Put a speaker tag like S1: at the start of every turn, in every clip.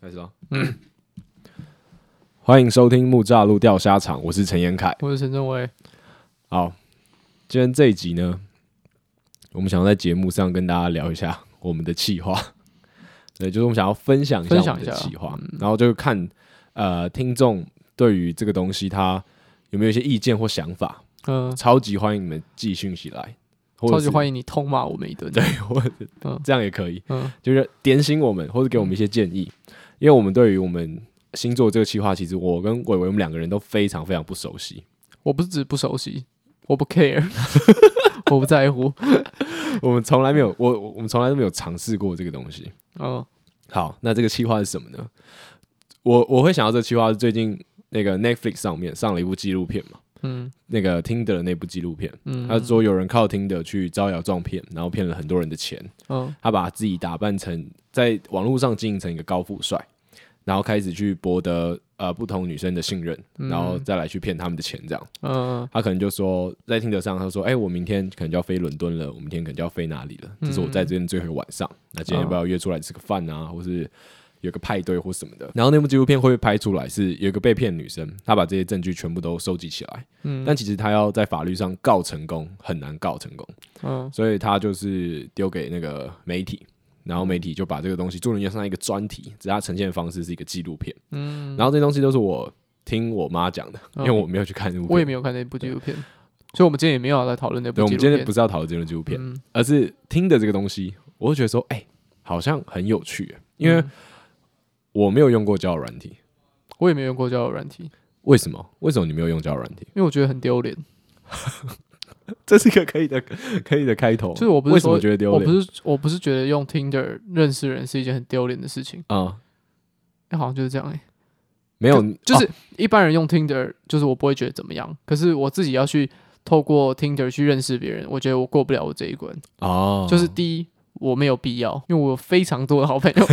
S1: 开始吧。 欢迎收听木栅路钓虾场，我是陈彦凯。
S2: 我是陈正伟，
S1: 好，今天这一集呢，我们想要在节目上跟大家聊一下 我们的企划，对，就是我们想要分享一下
S2: 分
S1: 我
S2: 享
S1: 们
S2: 一
S1: 的
S2: 下嗯
S1: 企划，然后就看呃听众对于这个东西他有没有一些意见或想法，
S2: 嗯，
S1: 超级欢迎你们寄讯息来，或者
S2: 超级
S1: 是
S2: 欢迎你痛骂我们一顿，
S1: 对，或者
S2: 嗯
S1: 这样也可以，
S2: 嗯，
S1: 就是点醒我们，或者给我们一些建议，因为我们对于我们星座这个计划，其实我跟伟伟我们两个人都非常非常不熟悉，
S2: 我不是指不熟悉，我 不 care，我不在乎，
S1: 我们从来没有，我我们从来都没有尝试过这个东西。
S2: 嗯
S1: 好，那这个计划是什么呢？我我会想到这个计划是最近那个 Netflix 上面上了一部纪录片嘛，
S2: 嗯
S1: 那个听的那部纪录片，
S2: 嗯，
S1: 他说有人靠听的去招摇撞骗，然后骗了很多人的钱，
S2: 嗯
S1: 他把自己打扮成在网络上经营成一个高富帅，然后开始去博得呃不同女生的信任，
S2: 嗯
S1: 然后再来去骗他们的钱。这样，
S2: 嗯
S1: 他可能就说在听得上，他说：“哎、我明天可能就要飞伦敦了，我明天可能就要飞哪里了，
S2: 嗯
S1: 这是我在这边最后一个晚上。那
S2: 哦
S1: 今天要不要约出来吃个饭啊，或是有个派对或什么的？”
S2: 嗯
S1: 然后那部纪录片会被拍出来，是有一个被骗女生，她把这些证据全部都收集起来，
S2: 嗯
S1: 但其实她要在法律上告成功很难告成功。
S2: 嗯
S1: 所以他就是丢给那个媒体，然后媒体就把这个东西做人家上一个专题，只是它呈现的方式是一个纪录片。
S2: 嗯，
S1: 然后这些东西都是我听我妈讲的，因
S2: 嗯
S1: 为我没有去看那部
S2: 我也
S1: 片。
S2: 没有看那部纪录片，所以我们今天也没有要来讨论那
S1: 对，我
S2: 部纪
S1: 们
S2: 录
S1: 今天
S2: 片
S1: 不，是要讨论这部纪录片，
S2: 嗯
S1: 而是听的这个东西，我就觉得说，哎、好像很有趣耶，因为
S2: 嗯
S1: 我没有用过交友软体。
S2: 我也没有用过交友软体，
S1: 为什么？为什么你没有用交友软体？
S2: 因为我觉得很丢脸，
S1: 这是一个可以的、可以的开头。
S2: 就是我不
S1: 为
S2: 是
S1: 什么
S2: 说
S1: 觉得丢
S2: 我不
S1: 脸
S2: 是我不是觉得用 Tinder 认识人是一件很丢脸的事情，
S1: 啊？
S2: 哎好像就是这样哎。
S1: 没有，
S2: 就
S1: 哦
S2: 是一般人用 Tinder，就是我不会觉得怎么样，可是我自己要去透过 Tinder 去认识别人，我觉得我过不了我这一关。
S1: 哦，
S2: 就是第一，我没有必要，因为我有非常多的好 朋友。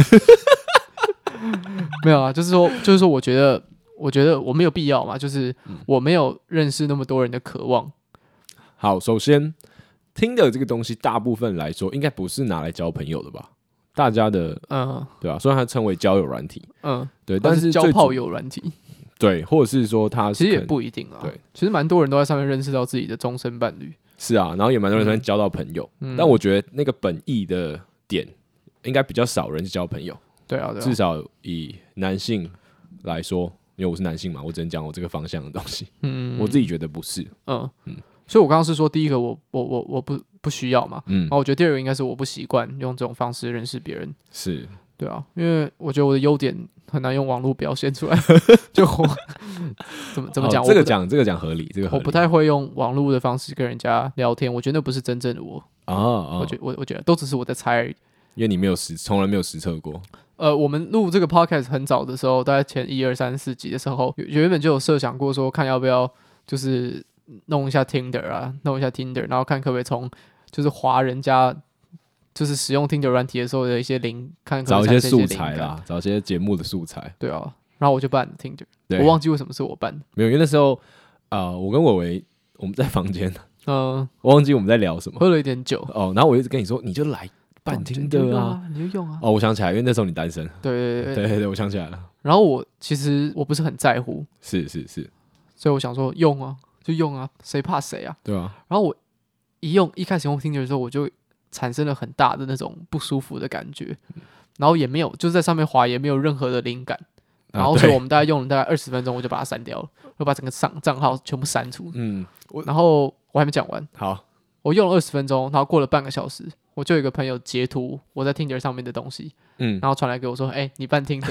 S2: 没有啊，就是说，就是说，我觉得，我觉得我没有必要嘛，
S1: 嗯
S2: 就是我没有认识那么多人的渴望。
S1: 好，首先听的这个东西，大部分来说应该不是拿来交朋友的吧？大家的
S2: 嗯
S1: 对吧、虽然它称为交友软体，
S2: 嗯，
S1: 对，
S2: 它
S1: 但是
S2: 交
S1: 最主
S2: 炮友软体，
S1: 对，或者是说它
S2: 其实也
S1: 可能
S2: 不一定啊。
S1: 对，
S2: 其实蛮多人都在上面认识到自己的终身伴侣。
S1: 是啊，然后也蛮多人在那边交到朋友，
S2: 嗯，
S1: 但我觉得那个本意的点应该比较少人去交朋友，
S2: 对啊，对啊
S1: 至，少以男性来说。因为我是男性嘛，我只能讲我这个方向的东西。
S2: 嗯，
S1: 我自己觉得不是，
S2: 嗯，所以我刚刚是说，第一个我我我我不不需要嘛，
S1: 嗯
S2: 然，后我觉得第二个应该是我不习惯用这种方式认识别人，
S1: 是
S2: 对啊，因为我觉得我的优点很难用网络表现出来， 就我怎么怎么
S1: 哦这个
S2: 讲，我不太
S1: 讲这个讲合理，这个合
S2: 我
S1: 理
S2: 不太会用网络的方式跟人家聊天，我觉得那不是真正的我，
S1: 啊啊
S2: 我，觉我我觉得都只是我在猜而已。
S1: 因为你没有实，从来没有实测过，
S2: 呃，我们录这个 podcast 很早的时候，大概前一二三四集的时候，有原本就有设想过说，看要不要就是弄一下 Tinder 啊，弄一下 Tinder，然后看可不可以从就是华人家就是使用 Tinder 软体的时候的一些灵，看可
S1: 找
S2: 不
S1: 一
S2: 可以
S1: 些
S2: 产生一
S1: 素
S2: 些
S1: 材
S2: 灵感。
S1: 啦，找一些节目的素材。
S2: 对啊，然后我就办了 Tinder，
S1: 对，
S2: 我忘记为什么是我办的。
S1: 没有，因为那时候呃，我跟伟伟我们在房间，
S2: 嗯、
S1: 我忘记我们在聊什么
S2: 喝了一点酒，
S1: 哦。然后我一直跟你说，你就来办
S2: 你
S1: 听
S2: 就
S1: 的
S2: 用
S1: 啊。，
S2: 你就用啊。
S1: 哦，我想起来，因为那时候你单身。
S2: 对对对
S1: 对
S2: 对。
S1: 对对，我想起来了，
S2: 然后我其实我不是很在乎，
S1: 是是是，
S2: 所以我想说用啊，就用啊，谁怕谁啊。
S1: 对啊，
S2: 然后我一用一开始用听觉的时候，我就产生了很大的那种不舒服的感觉，
S1: 嗯
S2: 然后也没有就是在上面滑，也没有任何的灵感。然后
S1: 啊
S2: 所以
S1: 对
S2: 我们大概用了大概二十分钟，我就把它删掉了，我把整个账账号全部删除。
S1: 嗯，我
S2: 然后我还没讲完，
S1: 好
S2: 我用了二十分钟，然后过了半个小时，我就有一个朋友截图我在听觉上面的东西，
S1: 嗯，
S2: 然后传来给我说：“哎、你 办听的，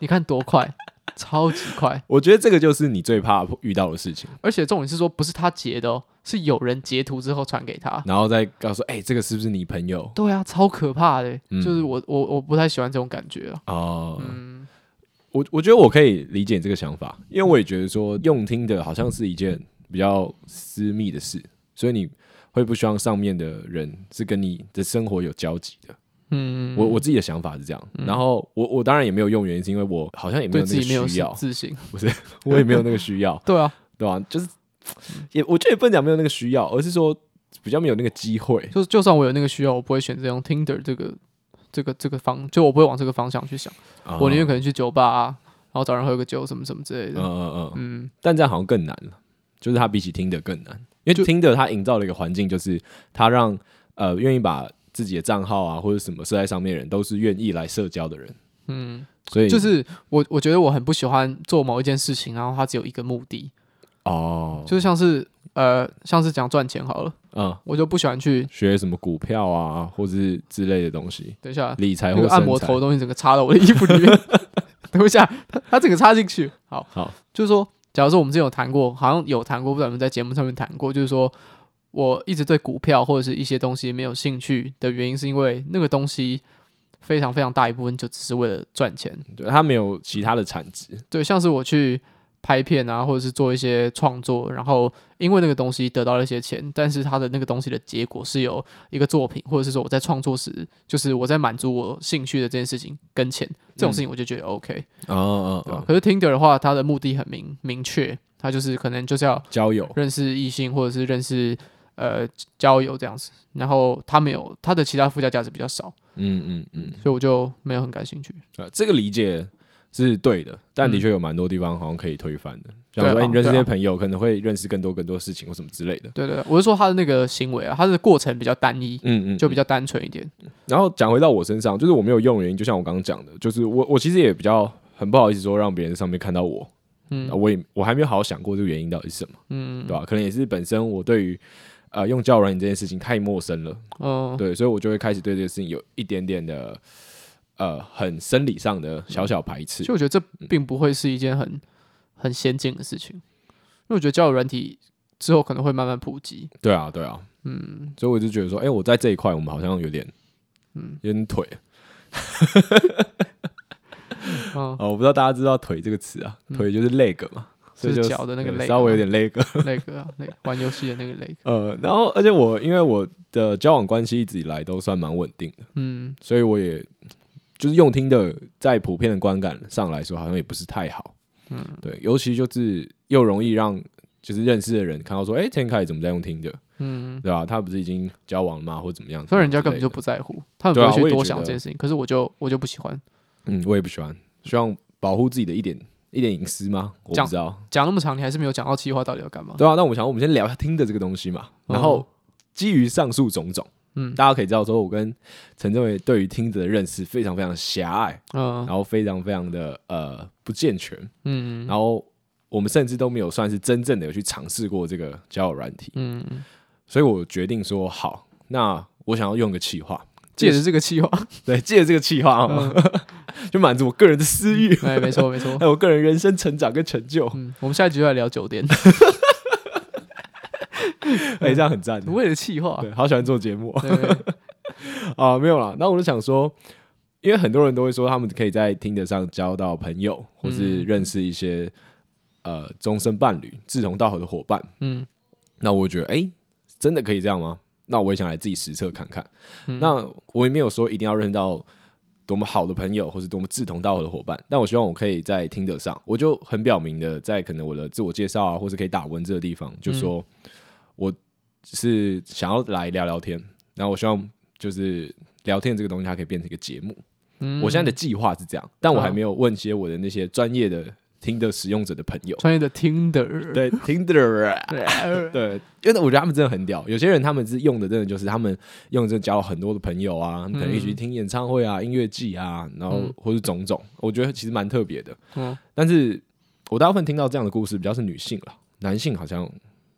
S2: 你看多快，超级快！
S1: 我觉得这个就是你最怕遇到的事情，
S2: 而且重点是说不是他截的哦，是有人截图之后传给他。”
S1: 然后再告诉哎，这个是不是你朋友？
S2: 对啊，超可怕的欸、
S1: 嗯
S2: 就是我我我不太喜欢这种感觉啊。
S1: 哦，
S2: 嗯
S1: 我我觉得我可以理解你这个想法，因为我也觉得说用听的好像是一件比较私密的事，所以你会不希望上面的人是跟你的生活有交集的。
S2: 嗯，
S1: 我我自己的想法是这样，然后我我当然也没有用，原因是因为我好像也没
S2: 对
S1: 有那
S2: 自
S1: 个
S2: 己没有
S1: 需
S2: 自
S1: 要，
S2: 自信。
S1: 我也没有那个需要，
S2: 对啊，
S1: 对吧、就是也我觉得也不能讲没有那个需要，而是说比较没有那个机会。
S2: 就就算我有那个需要，我不会选择用 Tinder 这个这个这个方，就我不会往这个方向去想，
S1: 啊
S2: 哦我宁愿可能去酒吧、啊，然后找人喝个酒什么什么之类
S1: 嗯
S2: 的。
S1: 嗯嗯，
S2: 嗯，
S1: 但这样好像更难了，就是它比起听的更难，因
S2: 就
S1: 为听的它营造了一个环境，就是它让呃愿意把自己的账号啊或者什么设在上面的人，都是愿意来社交的人。
S2: 嗯，
S1: 所以
S2: 就是我我觉得我很不喜欢做某一件事情，然后它只有一个目的，
S1: 哦，
S2: 就是像是呃，像是讲赚钱好了，
S1: 嗯，
S2: 我就不喜欢去。
S1: 学什么股票啊，或是之类的东西，
S2: 等一下，
S1: 理财
S2: 那
S1: 或
S2: 个按摩
S1: 身材
S2: 头的。东西整个插到我的衣服里面， 等一下，它它整个插进去。好，
S1: 好，
S2: 就是说，假如说我们之前有谈过，好像有谈过，不知道有没有在节目上面谈过，就是说我一直对股票或者是一些东西没有兴趣的原因，是因为那个东西非常非常大一部分就只是为了赚钱。
S1: 对，它没有其他的产值。
S2: 对，像是我去拍片啊，或者是做一些创作，然后因为那个东西得到了一些钱，但是它的那个东西的结果是有一个作品，或者是说我在创作时，就是我在满足我兴趣的这件事情跟钱这种事情，我就觉得 OK，、
S1: 哦哦
S2: 对吧？，可是 Tinder 的话，它的目的很明明确，它就是可能就是要
S1: 交友
S2: 认识异性，或者是认识呃交友这样子，然后它没有它的其他附加价值比较少，
S1: 嗯嗯嗯，
S2: 所以我就没有很感兴趣。
S1: 呃，这个理解是对的，但的确有蛮多地方好像可以推翻的。像说，
S2: 嗯对啊
S1: 哎、你认识这
S2: 对
S1: 些
S2: 啊
S1: 朋友，可能会认识更多更多事情或什么之类的。
S2: 对对对，我是说它的那个行为啊，
S1: 嗯
S2: 它的过程比较单一。
S1: 嗯嗯，
S2: 就比较单纯一点。
S1: 然后讲回到我身上，就是我没有用的原因，就像我刚刚讲的，就是我我其实也比较很不好意思说让别人上面看到我，
S2: 嗯
S1: 啊我也我还没有好好想过这个原因到底是什么，
S2: 嗯
S1: 对吧、可能也是本身我对于呃用交友软件这件事情太陌生了，
S2: 嗯，
S1: 对，所以我就会开始对这个事情有一点点的呃很生理上的小小排斥
S2: 其实。我觉得这并不会是一件很很先进的事情，因为我觉得交友软体之后可能会慢慢普及。
S1: 对啊，对啊，
S2: 嗯，
S1: 所以我就觉得说，哎、我在这一块我们好像有点嗯有点腿
S2: 嗯，
S1: 哦，我不知道大家知道腿这个词啊，
S2: 嗯
S1: 腿就是 leg 嘛，所以
S2: 就是
S1: 就
S2: 脚的那个
S1: 对
S2: leg
S1: 稍微有点 leg。
S2: 那个啊 那个玩游戏的那个那个，
S1: 呃，然后而且我因为我的交往关系一直以来都算蛮稳定的，
S2: 嗯
S1: 所以我也就是用听的，在普遍的观感上来说，好像也不是太好。
S2: 嗯，
S1: 对，尤其就是又容易让就是认识的人看到说，哎、天凯怎么在用听的，
S2: 嗯，
S1: 对吧、他不是已经交往了吗，或者怎么样？
S2: 所以人
S1: 之
S2: 家
S1: 类
S2: 根本就
S1: 的
S2: 不在乎，他们
S1: 对啊
S2: 不会
S1: 我
S2: 去
S1: 也
S2: 多
S1: 觉
S2: 想
S1: 得
S2: 这件事情。可是我就我就不喜欢
S1: 嗯，我也不喜欢，希望保护自己的一点一点隐私吗？我
S2: 讲
S1: 不知道。
S2: 讲那么长，你还是没有讲到企划到底要干嘛。
S1: 对啊，那我们想，我们先聊一下听的这个东西嘛。然后基于上述种种，
S2: 嗯
S1: 大家可以知道说，我跟陈政伟对于听的认识非常非常狭隘，
S2: 嗯
S1: 然后非常非常的呃不健全，
S2: 嗯
S1: 然后我们甚至都没有算是真正的有去尝试过这个交友软体，
S2: 嗯，
S1: 所以我决定说，好，那我想要用个企划，
S2: 借着这个企划，
S1: 对，借着这个企划、哦，
S2: 嗯
S1: 就满足我个人的私欲，
S2: 哎，没错没错
S1: 还。有我个人人生成长跟成就，
S2: 嗯，我们下一集就来聊酒店，
S1: 哎、这样很赞，
S2: 为了企划，
S1: 对，好喜欢做节目哦。
S2: 啊对，
S1: 啊、没有啦。那我就想说，因为很多人都会说他们可以在听得上交到朋友，或是
S2: 嗯
S1: 认识一些、呃终身伴侣、志同道合的伙伴。
S2: 嗯
S1: 那我觉得，哎、真的可以这样吗？那我也想来自己实测看看。
S2: 嗯
S1: 那我也没有说一定要认识到多么好的朋友，或是多么志同道合的伙伴。但我希望我可以在听得上，我就很表明的，在可能我的自我介绍啊，或是可以打文字的地方，就说、
S2: 嗯
S1: 我是想要来聊聊天。然后我希望就是聊天这个东西，它可以变成一个节目。
S2: 嗯
S1: 我现在的计划是这样，但我还
S2: 嗯
S1: 没有问一些我的那些专业的听的使用者的朋友。
S2: 专业的 Tinder，
S1: 对，Tinder 啊
S2: 对
S1: 对，因为我觉得他们真的很屌。有些人他们是用的，真的就是他们用这交了很多的朋友啊，他们可能一起去
S2: 嗯
S1: 听演唱会啊、音乐季啊，然后
S2: 嗯
S1: 或是种种，我觉得其实蛮特别的。
S2: 嗯
S1: 但是我大部分听到这样的故事比较是女性了，男性好像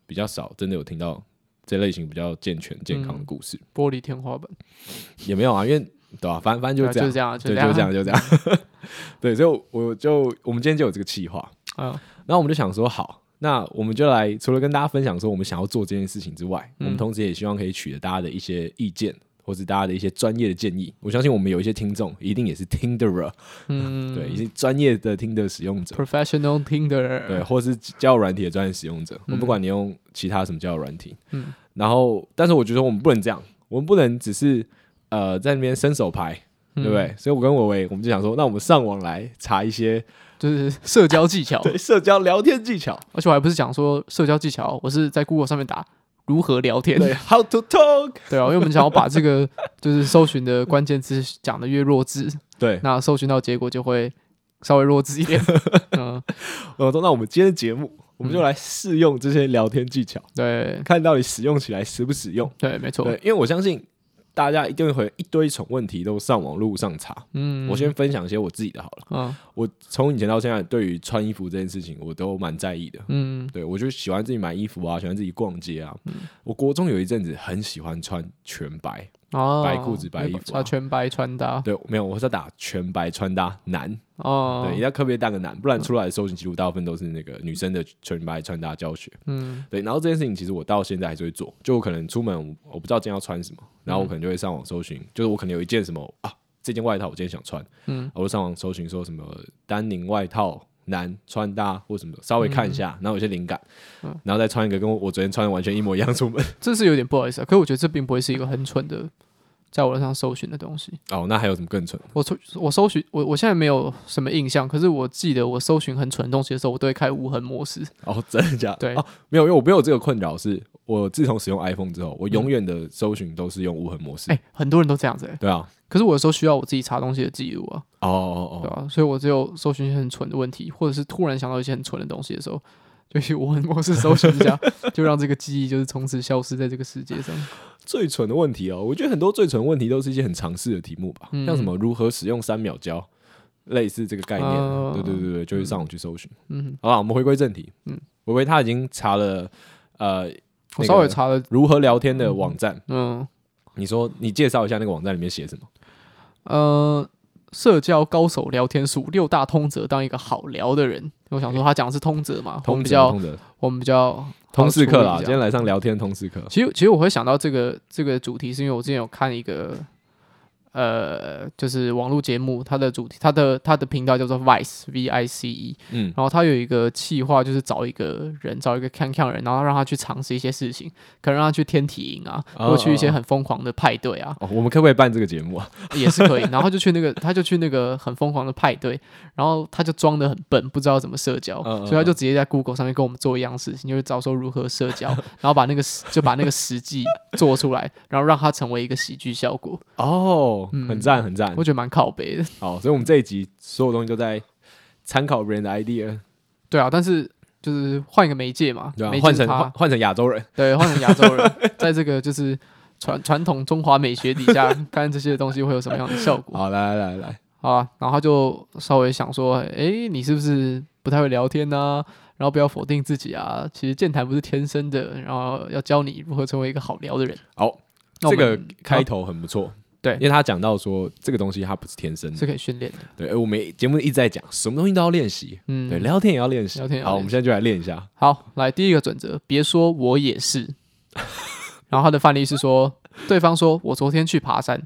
S1: 比较少，真的有听到这类型比较健全健康
S2: 嗯
S1: 的故事、
S2: 玻璃天花板，
S1: 也没有啊，因为对吧、反正反正
S2: 对
S1: 就
S2: 啊
S1: 这
S2: 就
S1: 样，
S2: 是这
S1: 对，
S2: 样，
S1: 就这样，就这样。 对，所以我就我们今天就有这个计划，
S2: 啊，
S1: 然后我们就想说，好，那我们就来除了跟大家分享说我们想要做这件事情之外，
S2: 嗯
S1: 我们同时也希望可以取得大家的一些意见，或是大家的一些专业的建议。我相信我们有一些听众一定也是 Tinderer，、
S2: 嗯，
S1: 对，一些专业的 Tinder 使用者，
S2: ，professional Tinder，
S1: 对，，或是交友软体的专业使用者。
S2: 嗯
S1: 我不管你用其他什么交友软体，
S2: 嗯
S1: 然后，但是我觉得我们不能这样，我们不能只是呃在那边伸手牌。
S2: 嗯
S1: 对不对？？所以我跟伟伟，我们就想说，那我们上网来查一些
S2: 就是社交技巧，
S1: 对社交聊天技巧。
S2: 而且我还不是讲说社交技巧，我是在 Google 上面打如何聊天，
S1: 对，How to talk，
S2: 对啊，因为我们想要把这个就是搜寻的关键字讲的越弱智，
S1: 对，
S2: 那搜寻到结果就会稍微弱智 一点。嗯，
S1: 我说那我们今天的节目，我们就来试用这些聊天技巧，
S2: 对
S1: 看到底使用起来实不实用。
S2: 对，没错
S1: 对，，因为我相信大家一定会有一堆蠢问题都上网路上查。
S2: 嗯，
S1: 我先分享一些我自己的好了。
S2: 嗯
S1: 我从以前到现在，对于穿衣服这件事情，我都蛮在意的。
S2: 嗯
S1: 对我就喜欢自己买衣服啊，喜欢自己逛街啊。我国中有一阵子很喜欢穿全白，
S2: 哦，
S1: 白裤子白衣服啊
S2: 啊，全白穿搭
S1: 对，没有，我是打全白穿搭男，
S2: 哦，嗯
S1: 对，一定要特别当个男，不然出来的搜寻记录大部分都是那个女生的全白穿搭教学。
S2: 嗯
S1: 对，然后这件事情其实我到现在还是会做，就我可能出门我我不知道今天要穿什么，然后
S2: 嗯
S1: 我可能就会上网搜寻，就是我可能有一件什么啊，这件外套我今天想穿，
S2: 嗯，
S1: 我就上网搜寻说什么丹宁外套男穿搭或什么的，稍微看一下，然后有些灵感，
S2: 嗯
S1: 然后再穿一个跟我我昨天穿的完全一模一样出门。
S2: 这是有点不好意思啊，可是我觉得这并不会是一个很蠢的，在我上搜寻的东西。
S1: 哦，那还有什么更蠢？
S2: 我搜我搜寻我我现在没有什么印象，可是我记得我搜寻很蠢的东西的时候，我都会开无痕模式。
S1: 哦，真的假的？
S2: 对
S1: 哦，没有，因为我没有这个困扰，是我自从使用 iPhone 之后，我永远的搜寻都是用无痕模式。
S2: 嗯哎、很多人都这样子、欸，
S1: 对啊，
S2: 可是我有时候需要我自己查东西的记录啊。
S1: 哦哦
S2: 对
S1: 哦，
S2: 吧、所以我只有搜寻一些很蠢的问题，或者是突然想到一些很蠢的东西的时候，就去我很模式搜寻一下， 就让这个记忆就是从此消失在这个世界上。
S1: 最蠢的问题哦，我觉得很多最蠢的问题都是一些很常识的题目吧，
S2: 嗯
S1: 像什么如何使用三秒胶，类似这个概念啊。
S2: 哦
S1: 对对对对，就会上网去搜寻。
S2: 嗯，
S1: 好吧，我们回归正题。嗯
S2: 嗯，
S1: 回归他已经查了呃
S2: 我
S1: 那
S2: 稍微
S1: 个
S2: 查了，
S1: 如何聊天的网站，
S2: 嗯
S1: 你说你介绍一下那个网站里面写什么？
S2: 呃，社交高手聊天术六大通则，当一个好聊的人。我想说，他讲的是通哦则嘛，我们比
S1: 则
S2: 较
S1: 通则
S2: 我们比较
S1: 通识课啦，
S2: 好处
S1: 今
S2: 理这
S1: 天
S2: 样
S1: 来上聊天通识课。
S2: 其实其实我会想到这个这个主题，是因为我之前有看一个。呃，就是网络节目，它的主题，它的它的频道叫做 Vice V I C E，
S1: 嗯，
S2: 然后他有一个计划，就是找一个人，找一个看看人，然后让他去尝试一些事情，可能让他去天体营啊，
S1: 哦
S2: 或去一些
S1: 哦
S2: 很疯狂的派对啊，
S1: 哦，我们可不可以办这个节目啊？
S2: 也是可以。然后就去那个， 他就去那个很疯狂的派对，然后他就装的很笨，不知道怎么社交，
S1: 嗯嗯
S2: 所以他就直接在 Google 上面跟我们做一样事情，就是找说如何社 交，然后把那个实就把那个实际做出来，然后让它成为一个喜剧效果，
S1: 哦，很赞很赞
S2: 嗯我。觉得蛮靠北的。
S1: 好，所以我们这一集所有东西都在参考别人的 idea，
S2: 对啊，但是。就是换一个媒介嘛，
S1: 对吧、啊
S2: 媒介
S1: 换
S2: 是
S1: 成
S2: 它
S1: 换换成亚洲人，
S2: 对，换成亚洲人，在这个就是传传统中华美学底下，看这些东西会有什么样的效果
S1: 好，来来来来，
S2: 好啊？然后他就稍微想说，诶，你是不是不太会聊天呢、然后不要否定自己啊，其实健谈不是天生的，然后要教你如何成为一个好聊的人。
S1: 好，
S2: 那我
S1: 这个
S2: 们啊
S1: 开头很不错。
S2: 对
S1: 因为他讲到说这个东西它不是天生
S2: 是
S1: 的，
S2: 可以训练的，
S1: 对，哎而我们节目一直在讲什么东西都要练习，
S2: 嗯，
S1: 对，聊天也要练习，
S2: 聊天也要
S1: 好，我
S2: 练
S1: 们现在就来练一下，
S2: 好，来第一个准则，别说我也是。 然后他的范例是说，对方说我昨天去爬山，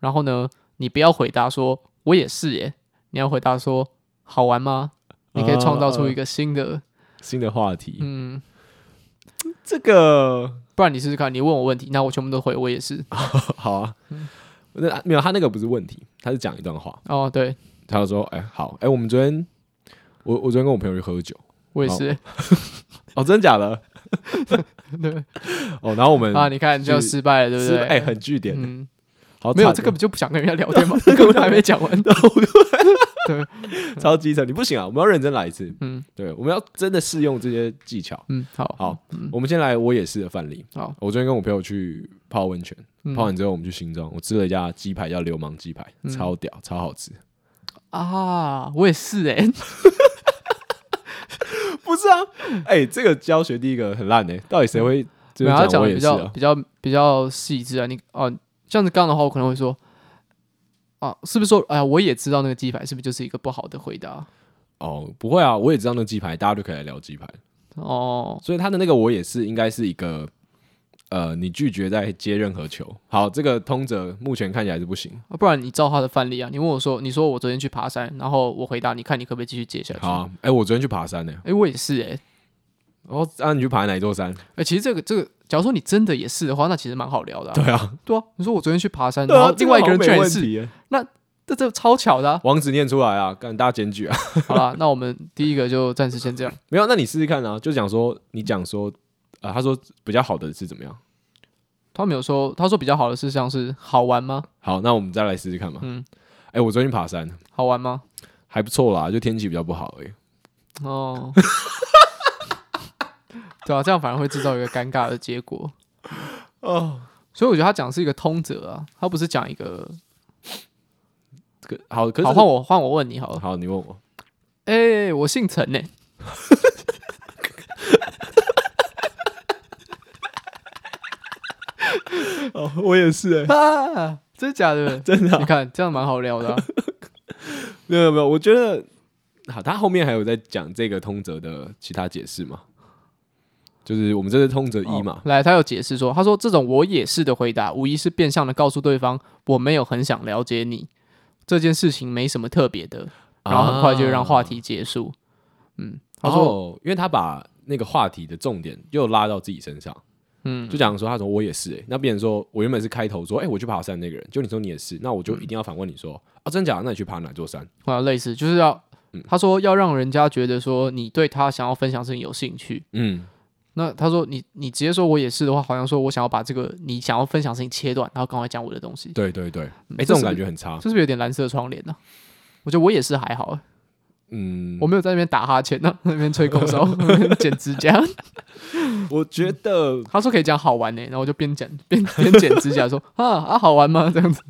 S2: 然后呢，你不要回答说我也是耶，你要回答说好玩吗？你可以创造出一个新的，
S1: 新的话题。
S2: 嗯，
S1: 这个
S2: 不然你试试看，你问我问题，那我全部都回我也是。
S1: 好啊，
S2: 嗯
S1: 那没有他那个不是问题，他是讲一段话，
S2: 哦，对
S1: 他就说，哎、好，哎、我们昨天我我昨天跟我朋友去喝酒，
S2: 我也是，
S1: 哦，真的假的？
S2: 对
S1: 哦，然后我们
S2: 啊，你看就要
S1: 是
S2: 失败了，对不
S1: 是
S2: 对？
S1: 哎、很据点，
S2: 嗯，
S1: 好
S2: 没有
S1: 惨
S2: 这
S1: 哦
S2: 个就不想跟人家聊天嘛，根本就还没 讲完。
S1: 超基层，你不行啊！我们要认真来一次。嗯
S2: 嗯，
S1: 对，我们要真的试用这些技巧。
S2: 嗯，好，
S1: 好，我们先来我也是的范例。
S2: 好，
S1: 我昨天跟我朋友去泡温泉，
S2: 嗯嗯
S1: 泡完之后我们去新庄，我吃了一家鸡排叫流氓鸡排，超屌，超好 吃。
S2: 啊，我也是哎，
S1: 不是啊，哎，这个教学第一个很烂哎，到底谁会就
S2: 没有，他
S1: 是
S2: 讲
S1: 我
S2: 的
S1: 也
S2: 比
S1: 是
S2: 较
S1: 啊？
S2: 比较比较细致啊。你哦，这样子刚的话，我可能会说，啊，是不是说，哎呀，我也知道那个鸡排是不是就是一个不好的回答？
S1: 哦，不会啊，我也知道那鸡排，大家就可以来聊鸡排。
S2: 哦，
S1: 所以他的那个我也是，应该是一个。呃，你拒绝再接任何球，好，这个通则目前看起来是不行。
S2: 啊不然你照他的范例啊，你问我说，你说我昨天去爬山，然后我回答，你看你可不可以继续接下去？
S1: 好、啊，哎、我昨天去爬山呢、
S2: 哎，我也是哎、
S1: 哦，啊，你去爬哪一座山？
S2: 哎，其实这个这个，假如说你真的也是的话，那其实蛮好聊的、啊。
S1: 对啊，
S2: 对啊，你说我昨天去爬山，
S1: 对
S2: 然
S1: 啊
S2: 后，另外一个人居然也是，
S1: 是。
S2: 这这超巧的、啊
S1: 网址念出来啊，干大家检举啊，
S2: 好啦，那我们第一个就暂时先这样。
S1: 没有，那你试试看啊，就讲说你讲说呃，他说比较好的是怎么样？
S2: 他没有说，他说比较好的事项是好玩吗？
S1: 好，那我们再来试试看嘛。
S2: 嗯，
S1: 哎、我最近爬山
S2: 好玩吗？
S1: 还不错啦，就天气比较不好而已。
S2: 哦， 对啊，这样反而会制造一个尴尬的结果。
S1: 哦，
S2: 所以我觉得他讲是一个通则啊，他不是讲一个。
S1: 这个好，可是
S2: 好，换我换我问你好了。
S1: 好，你问我，
S2: 哎、我姓 陈呢、
S1: 哦，我也是、哎，
S2: 啊，真的假的？
S1: 真的啊、
S2: 你看这样蛮好聊的 啊、
S1: 没有没有，我觉得好，他后面还有在讲这个通则的其他解释嘛，就是我们这是通则一嘛
S2: 哦，来，他有解释说，他说这种我也是的回答，无疑是变相的告诉对方我没有很想了解你，这件事情没什么特别的，
S1: 哦
S2: 然后很快就
S1: 啊
S2: 让话题结束。嗯，他
S1: 然
S2: 说、
S1: 后因为他把那个话题的重点又拉到自己身上，
S2: 嗯，
S1: 就讲说他说我也是、欸，那别人说我原本是开头说，哎、我去爬山那个人，就你说你也是，那我就一定要反问你说，啊，真假的？那你去爬哪座山？
S2: 啊，类似就是要
S1: 嗯，
S2: 他说要让人家觉得说你对他想要分享的事情有兴趣。
S1: 嗯，
S2: 那他说你你直接说我也是的话，好像说我想要把这个你想要分享的事情切断，然后赶快讲我的东西，
S1: 对对对，哎、
S2: 嗯
S1: 这种感觉很差
S2: 这，是不是有点蓝色窗帘呢、我觉得我也是还好、啊
S1: 嗯，
S2: 我没有在那边打哈欠呢、那边吹口哨，那边剪指甲。
S1: 我觉得
S2: 他说可以讲好玩呢、然后我就边剪边边剪指甲说 啊啊好玩吗？这样子，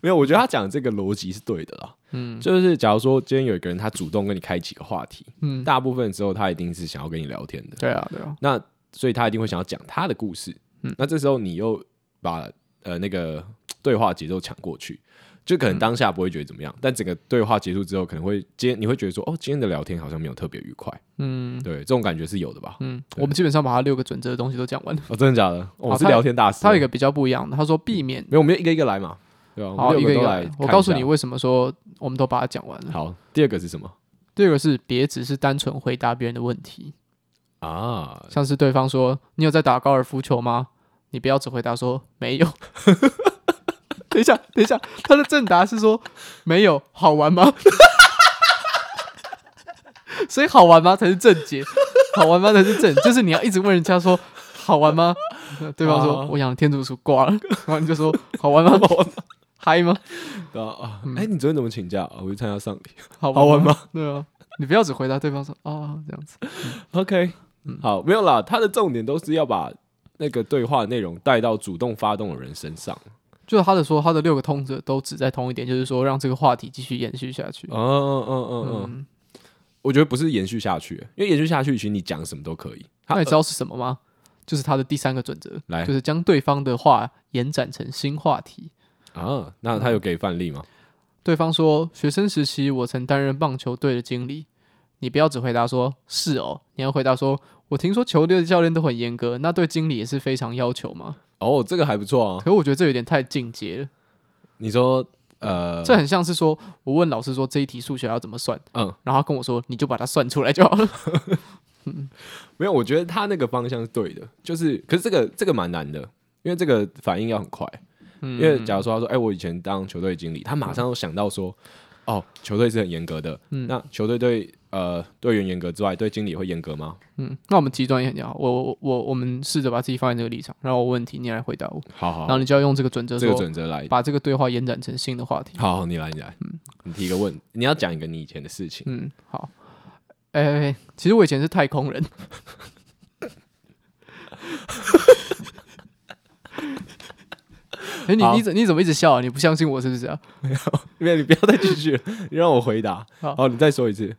S1: 没有，我觉得他讲的这个逻辑是对的啦，
S2: 嗯
S1: 就是假如说今天有一个人他主动跟你开启个话题，
S2: 嗯，
S1: 大部分之后他一定是想要跟你聊天的，
S2: 对啊对啊，
S1: 那所以他一定会想要讲他的故事。
S2: 嗯
S1: 那这时候你又把呃那个对话节奏抢过去，就
S2: 嗯
S1: 可能当下不会觉得怎么样，但整个对话结束之后，可能会今天你会觉得说，哦，今天的聊天好像没有特别愉快，
S2: 嗯
S1: 对，这种感觉是有的吧？
S2: 嗯，
S1: 对
S2: 我们基本上把他六个准则的东西都讲完了。
S1: 哦，真的假的？哦我、
S2: 好
S1: 是
S2: 他
S1: 聊天大师。
S2: 他有一个比较不一样的，他说避免
S1: 没有，我们就一个一个来嘛，对吧、我
S2: 好
S1: 们
S2: 一
S1: 六
S2: 个一
S1: 都
S2: 个
S1: 来
S2: 来
S1: 看一，下
S2: 我告诉你为什么说我们都把它讲完了。
S1: 好，第二个是什么
S2: 第二个是别只是单纯回答别人的问题，
S1: 啊？
S2: 像是对方说你有在打高尔夫球吗？你不要只回答说没有。 等一下，等一下，他的正答是说没有好玩吗？ 所以好玩吗才是正解，好玩吗才是正，就是你要一直问人家说好玩吗？对方说
S1: 啊
S2: 我养的天竺鼠挂了，然后你就说好玩吗？嗨吗？
S1: 对啊，啊
S2: 嗯
S1: 哎、你昨天怎么请假？啊我去参加丧礼。
S2: 好
S1: 好玩
S2: 吗？对啊，你不要只回答对方说啊这样子。
S1: OK，、好，嗯没有啦，他的重点都是要把那个对话内容带到主动发动的人身上。
S2: 就是他的说，他的六个通则都只在同一点，就是说让这个话题继续延续下去。
S1: 嗯嗯嗯嗯嗯，
S2: 嗯，
S1: 我觉得不是延续下去，因为延续下去，其实你讲什么都可以。他
S2: 那你知道是什么吗？就是他的第三个准则，
S1: 来
S2: 就是将对方的话延展成新话题。
S1: 啊，那他有给范例吗？
S2: 对方说，学生时期我曾担任棒球队的经理。你不要只回答说是哦，你要回答说，我听说球队的教练都很严格，那对经理也是非常要求嘛。
S1: 哦，这个还不错啊。
S2: 可我觉得这有点太进阶了，
S1: 你说呃，
S2: 这很像是说我问老师说这一题数学要怎么算，
S1: 嗯，
S2: 然后他跟我说你就把它算出来就好 了。
S1: 没有，我觉得他那个方向是对的，就是可是这个这个蛮难的，因为这个反应要很快。
S2: 嗯
S1: 因为假如说他说，哎、我以前当球队经理，他马上又想到说，哦，球队是很严格的，
S2: 嗯
S1: 那球队对呃队员严格之外，对经理也会严格吗？
S2: 嗯，那我们极端一点好，我我我我们试着把自己放在这个立场，然后我问题你来回答我，
S1: 好好
S2: 然后你就要用这个准则
S1: 这
S2: 说，
S1: 个准则来。
S2: 把这个对话延展成新的话题。
S1: 好好，你来，你来，你提一个问，你要讲一个你以前的事情。
S2: 嗯，好。哎、其实我以前是太 空人。哎、你
S1: 好
S2: 你怎你怎么一直笑啊？你不相信我是不是啊？
S1: 没有，你不要再继续了，你让我回答。
S2: 好
S1: 好，你再说一次。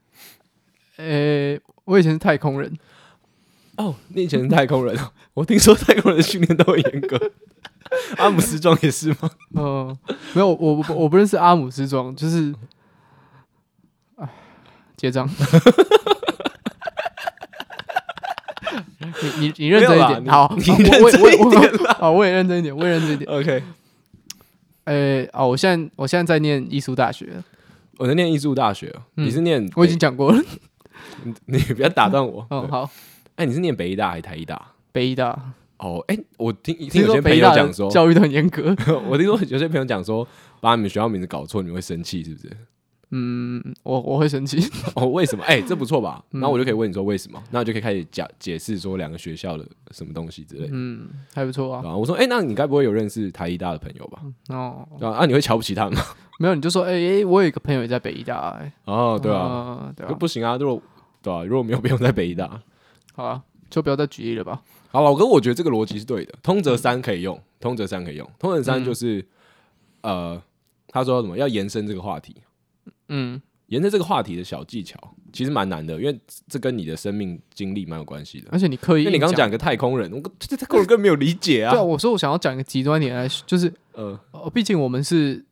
S2: 哎、我以前是太空人，
S1: 哦，你以前是太空人哦，我听说太空人的训练都很严格。 阿姆斯壮也是吗？
S2: 嗯、没有，我我不我不认识阿姆斯壮，就是，哎，结账。你你你认真一
S1: 没有
S2: 点，
S1: 啦你
S2: 好，
S1: 你
S2: 好
S1: 认
S2: 我我
S1: 真一
S2: 我我好，我也认真一点，我也认真一点。
S1: OK，
S2: 呃，哦，我现在我现在在念艺术大学，
S1: 我在念艺术大学哦，
S2: 嗯
S1: 你是念
S2: 我已经讲过了。
S1: 你你不要打断我。
S2: 嗯，
S1: 对
S2: 好，
S1: 哎，你是念北医大还是台医大？
S2: 北医大，
S1: 哦，哎，我听听
S2: 听
S1: 有
S2: 说
S1: 些朋
S2: 北医
S1: 友
S2: 大的
S1: 讲 说，
S2: 教育都很严格。
S1: 我听说有些朋友讲说，把你们学校名字搞错，你们会生气，是不是？
S2: 嗯， 我我会生气。
S1: 哦，为什么？哎、这不错吧？然后我就可以问你说为什么，那我就可以开始讲解释说两个学校的什么东西之类的。
S2: 嗯，还不错啊。
S1: 然后我说，哎、那你该不会有认识台医大的朋友吧？
S2: 哦，
S1: 对啊，啊你会瞧不起他们吗？
S2: 没有，你就说，哎、哎、我有一个朋友也在北医大、哎
S1: 哦，对啊，
S2: 嗯对
S1: 就
S2: 啊，
S1: 不行啊，如果对啊，如果没有不用在北医大。
S2: 好啊，就不要再举例了吧。
S1: 好了，我跟我觉得这个逻辑是对的。通则三可以用，通则三可以用，通则三就是、呃，他说什么要延伸这个话题，
S2: 嗯
S1: 沿着这个话题的小技巧，其实蛮难的，因为这跟你的生命经历蛮有关系的。
S2: 而且你刻意
S1: 因为啊你
S2: 硬
S1: 刚刚讲一个太空人，我这太空人根本没有理解啊
S2: 对啊，。我说我想要讲一个极端点来，就是
S1: 呃，
S2: 呃，毕竟我们是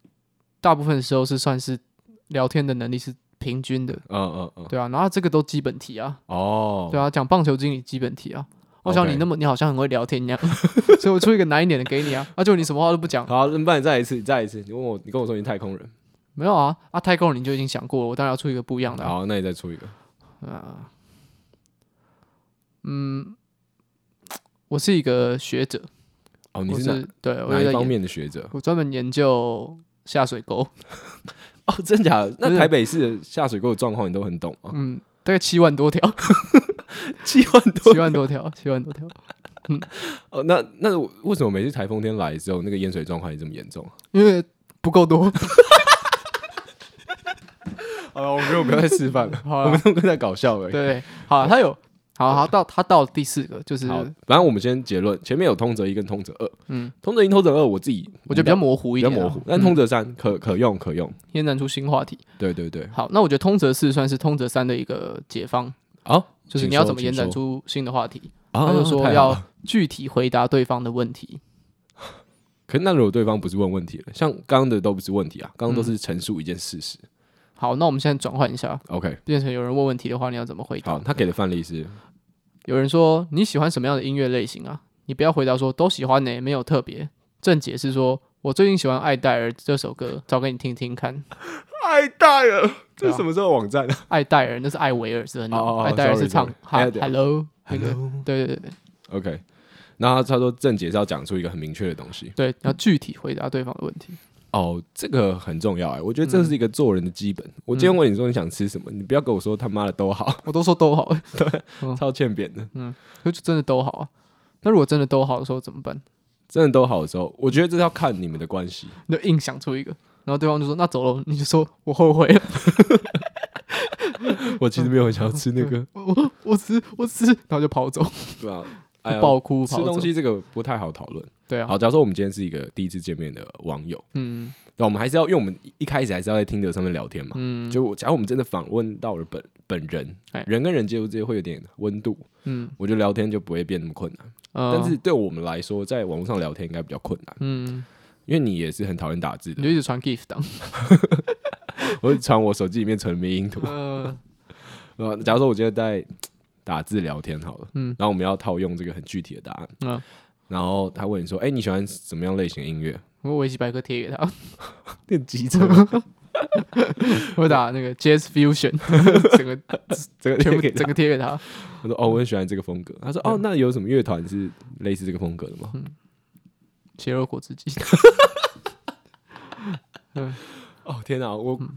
S2: 大部分时候是算是聊天的能力是平均的，
S1: 嗯嗯嗯，
S2: 对啊，然后这个都基本题啊，
S1: 哦，
S2: 对啊，讲棒球经理基本题啊。我想
S1: OK
S2: 你那么你好像很会聊天 一样，所以我出一个难一点的给你啊，啊，就你什么话都不讲，
S1: 好，那不然你再来一次，你再来一次，你问我，你跟我说你是太空人，
S2: 没有啊，啊，太空人你就已经想过了，我当然要出一个不一样的、啊，
S1: 好，那你再出一个。
S2: 啊，嗯，我是一个学者，
S1: 哦，你
S2: 我
S1: 是哪
S2: 是对，我
S1: 哪
S2: 有在
S1: 一方
S2: 研，
S1: 面的学者？
S2: 我专门研究下水沟，
S1: 哦，真假的？
S2: 不
S1: 那
S2: 是
S1: 台北市的下水沟的状况你都很懂啊 吗？
S2: 嗯，大概七万多条，
S1: 七万
S2: 七万多条，七万多条，
S1: 哦，那那我为什么每次台风天来之后，那个淹水状况也这么严 重？啊
S2: 因为不够多。
S1: 好哦了，我觉得我不要再示范了，
S2: 好
S1: 我
S2: 啦
S1: 们，都在搞笑而已。
S2: 对，好，他有，好，他到他到第四个，就是
S1: 好，反正我们先结论，前面有通则一跟通则二，
S2: 嗯，
S1: 通则一、通则二，我自己
S2: 我觉得比较模糊
S1: 比
S2: 一
S1: 较
S2: 点啊，
S1: 模糊，但通则三可可用可用。
S2: 延展出新话题。
S1: 对对对，
S2: 好，那我觉得通则四算是通则三的一个解放，
S1: 好，
S2: 就是
S1: 请
S2: 你要
S1: 说
S2: 怎么
S1: 请
S2: 延展
S1: 说
S2: 出新的话题。
S1: 啊，
S2: 他就说
S1: 太好
S2: 要
S1: 了。
S2: 具体回答对方的问题。
S1: 可是那如果对方不是问问题了，像刚刚的都不是问题啊，刚刚都是陈述一件事实。
S2: 好，那我们现在转换一下，
S1: OK，
S2: 变成有人问问题的话，你要怎么回答
S1: 好，？他给的范例是
S2: 有人说你喜欢什么样的音乐类型啊？你不要回答说都喜欢呢、欸没有特别。正解是说我最近喜欢《艾黛尔》这首歌，找给你听听看。
S1: 爱戴尔，
S2: 这是什
S1: 么时候网站啊
S2: 艾黛尔那是艾维尔森
S1: 哦哦
S2: 啊，
S1: 哦
S2: 艾黛尔是唱
S1: sorry，sorry
S2: 哈
S1: 艾黛尔
S2: Hello 那个，对对对
S1: ？OK，那他说正解是要讲出一个很明确的东西。
S2: 对，要具体回答对方的问题。
S1: 哦，这个很重要哎、我觉得这
S2: 嗯
S1: 是一个做人的基本。我今天问你说你想吃什么，你不要跟我说他妈的都好，
S2: 我都说都好，哦
S1: 超欠扁的。
S2: 可就真的都好啊。那如果真的都好的时候怎么办？
S1: 真的都好的时候，我觉得这是要看你们的关系。
S2: 你就硬想出一个，然后对方就说那走了，你就说我后悔了，
S1: 我其实没有很想要吃那个，
S2: 我我吃我吃，然后就跑走，
S1: 对吧？ 哎呀，
S2: 爆哭
S1: 吃
S2: 跑
S1: 东
S2: 走。
S1: 西这个不太好讨论。
S2: 对啊，
S1: 好，假如说我们今天是一个第一次见面的网友，
S2: 嗯
S1: 那我们还是要，因为我们一开始还是要在听的上面聊天嘛。
S2: 嗯
S1: 就我假如我们真的访问到了本本人
S2: 哎，
S1: 人跟人接触之间会有点温度，
S2: 嗯，
S1: 我觉得聊天就不会变那么困难。
S2: 呃
S1: 但是对我们来说，在网络上聊天应该比较困难，
S2: 嗯，
S1: 因为你也是很讨厌打字的
S2: 你。就一直传 GIF 档，
S1: 我就传我手机里面存的迷音图。
S2: 呃
S1: 呃，假如说我今天在打字聊天好了，
S2: 嗯
S1: 然后我们要套用这个很具体的答案，
S2: 嗯
S1: 然后他问你说：“哎、你喜欢什么样类型的音乐
S2: 我维基百科贴给他，？”
S1: 电吉他，
S2: 我打那个 Jazz Fusion，整个
S1: 这个
S2: 全
S1: 贴
S2: 部
S1: 给
S2: 整
S1: 他。
S2: 个嗯贴给他，
S1: 我说：“哦，我很喜欢这个风格。”他说：“哦，那有什么乐团是类似这个风格的吗
S2: 嗯血肉果汁机。？”
S1: 哦，天哪！我
S2: 嗯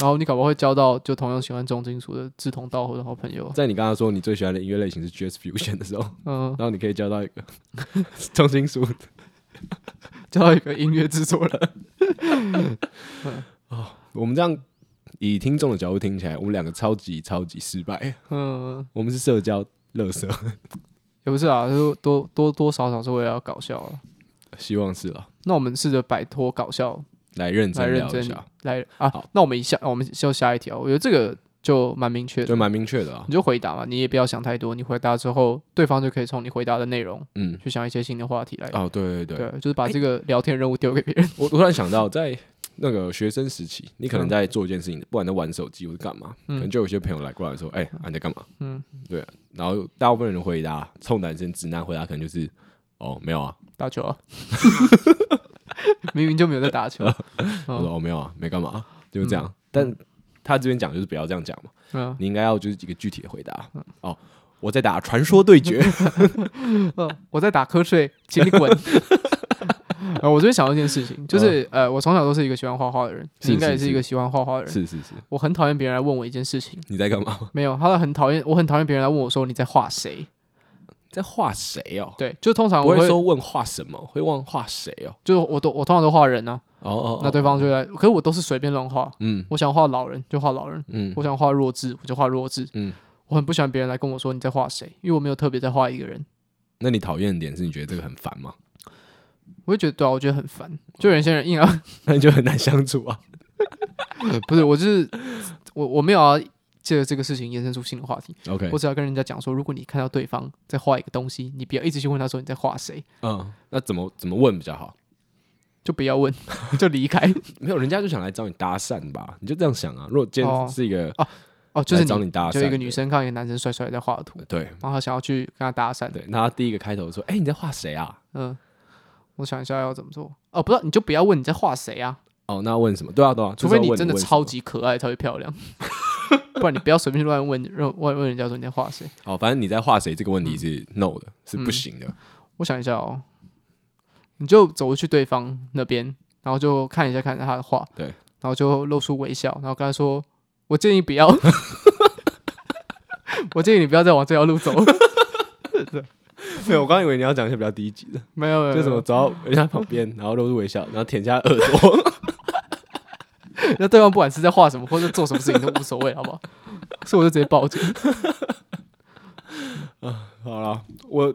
S2: 然后你搞不好会交到就同样喜欢重金属的志同道合的好朋友。
S1: 在你刚刚说你最喜欢的音乐类型是 Jazz Fusion 的时候，
S2: 嗯、
S1: 然后你可以交到一个 重金属的
S2: 交到一个音乐制作人。
S1: 我们这样以听众的角度听起来，我们两个超级超级失败，
S2: 嗯、
S1: 我们是社交乐色，
S2: 也不是啊，就多多多少少是为了要搞笑啊。
S1: 希望是了。
S2: 那我们试着摆脱搞笑，
S1: 来认
S2: 来
S1: 真
S2: 认
S1: 聊一
S2: 真
S1: 下，
S2: 来啊
S1: 好。
S2: 那我们一下，我们就下一条。我觉得这个就蛮明确
S1: 就
S2: 的，
S1: 蛮明确的啊
S2: 你。就回答嘛，你也不要想太多。你回答之后，对方就可以从你回答的内容
S1: 嗯，
S2: 去想一些新的话题来。
S1: 哦，对对对，
S2: 哎对，啊就是把这个聊天任务丢给别人。
S1: 我我突然想到，在那个学生时期，你可能在做一件事情，不管在玩手机或是干嘛，
S2: 嗯
S1: 可能就有些朋友来过来说：“哎、啊你在干嘛？”
S2: 嗯，
S1: 对。啊然后大部分人的回答，臭男生直男回答可能就是：“哦，没有啊。
S2: 打球 啊，明明就没有在打球。嗯
S1: 我说：“哦，没有啊，没干嘛。”就是这样。但他这边讲就是不要这样讲嘛，
S2: 嗯，
S1: 你应该要就是一个具体的回答。哦，我在打 传说对决。
S2: 呃我在打瞌睡，请你滚。 呃，我这边想到一件事情，就是呃，我从小都是一个喜欢画画的人，
S1: 嗯是
S2: 你应该也
S1: 是
S2: 是一
S1: 是
S2: 个喜欢画画的人。
S1: 是哦是是，
S2: 我很讨厌别人来问我一件事情，
S1: 你在干嘛？
S2: 没有，他很讨厌，我很讨厌别人来问我说你在画谁。
S1: 在画谁哦？
S2: 对，就通常
S1: 不
S2: 我
S1: 会
S2: 会，
S1: 说问画什么，会问画谁哦？
S2: 就是我都我通常都画人啊，
S1: 哦哦，哦
S2: 那对方就会来，可是我都是随便乱画，
S1: 嗯
S2: 我想画老人就画老人，
S1: 嗯
S2: 我想画弱智我就画弱智，
S1: 嗯，
S2: 我很不喜欢别人来跟我说你在画谁，因为我没有特别在画一个人，
S1: 那你讨厌的点是你觉得这个很烦吗？
S2: 我会觉得对啊，我觉得很烦，就有些人硬要
S1: 那你就很难相处啊。
S2: 不是，我就是我我没有要借着这个事情延伸出新的话题，
S1: OK，
S2: 我只要跟人家讲说，如果你看到对方在画一个东西，你不要一直去问他说你在画谁，
S1: 嗯，那怎么怎么问比较好？
S2: 就不要问， 就离开。
S1: 没有，人家就想来找你搭讪吧，你就这样想啊。如果今天
S2: 哦
S1: 是一个
S2: 哦，就是
S1: 来找你搭讪，
S2: 就一个女，生看到一个男生帅帅在画图，
S1: 对
S2: 然后她想要去跟他搭讪，
S1: 对，那他第一个开头说：“哎，你在画谁啊
S2: 嗯，我想一下要怎么做。哦，不知道你就不要问你在画谁啊，？”
S1: 哦，那问什么？对啊对啊，
S2: 除
S1: 就
S2: 非
S1: 是
S2: 你
S1: 要问
S2: 真的
S1: 问什么
S2: 超级可爱才会漂亮， 不然你不要随便乱问问问问人家说你在画谁。
S1: 哦，反正你在画谁这个问题
S2: 嗯
S1: 是 no 的，是不行的。
S2: 我想一下哦，你就走去对方那边，然后就看一下看一下他的画，
S1: 对
S2: 然后就露出微笑，然后跟他说：“我建议不要， 我建议你不要再往这条路走。
S1: 对，我刚以为你要讲一些比较低级的，”
S2: 没有没有，
S1: 就什么走到人家旁边，然后露出微笑，然后舔一下耳朵。
S2: 没有？那对方不管是在画什么或者做什么事情都无所谓，好不 好？所以我就直接报警。
S1: 好了，我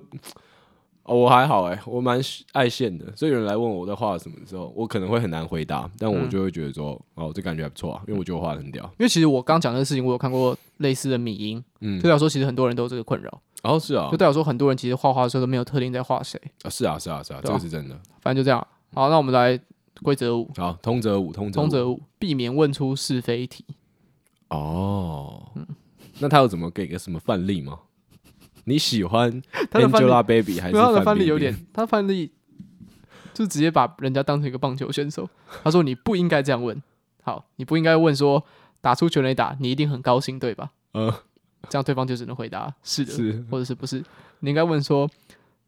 S1: 哦，我还好哎、我蛮爱现的，所以有人来问我在画什么的时候，我可能会很难回答，但
S2: 嗯
S1: 我就会觉得说，哦，这感觉还不错啊，因为我觉得我画的很屌。
S2: 因为其实我刚讲这个事情，我有看过类似的米音，
S1: 嗯
S2: 就，代表说其实很多人都有这个困扰，
S1: 然后、是啊
S2: 就，代表说很多人其实画画的时候都没有特定在画谁，
S1: 啊是啊，是啊，是啊，
S2: 对
S1: 这
S2: 啊
S1: 个是真的。
S2: 反正就这样。好，那我们来规则五，
S1: 好，通则五，通则
S2: 通
S1: 五
S2: 则五，避免问出是非题。
S1: 哦，
S2: 嗯
S1: 那他有怎么给个什么范例吗？你喜欢
S2: 他的范例
S1: Angelababy 还是
S2: 没有他的
S1: 范
S2: 范
S1: 冰
S2: 例有
S1: 冰
S2: 点，他的范例就直接把人家当成一个棒球选手。他说你不应该这样问，好，你不应该问说打出全垒打，你一定很高兴对吧？
S1: 呃
S2: 这样对方就只能回答是的，
S1: 是
S2: 或者是不是。你应该问说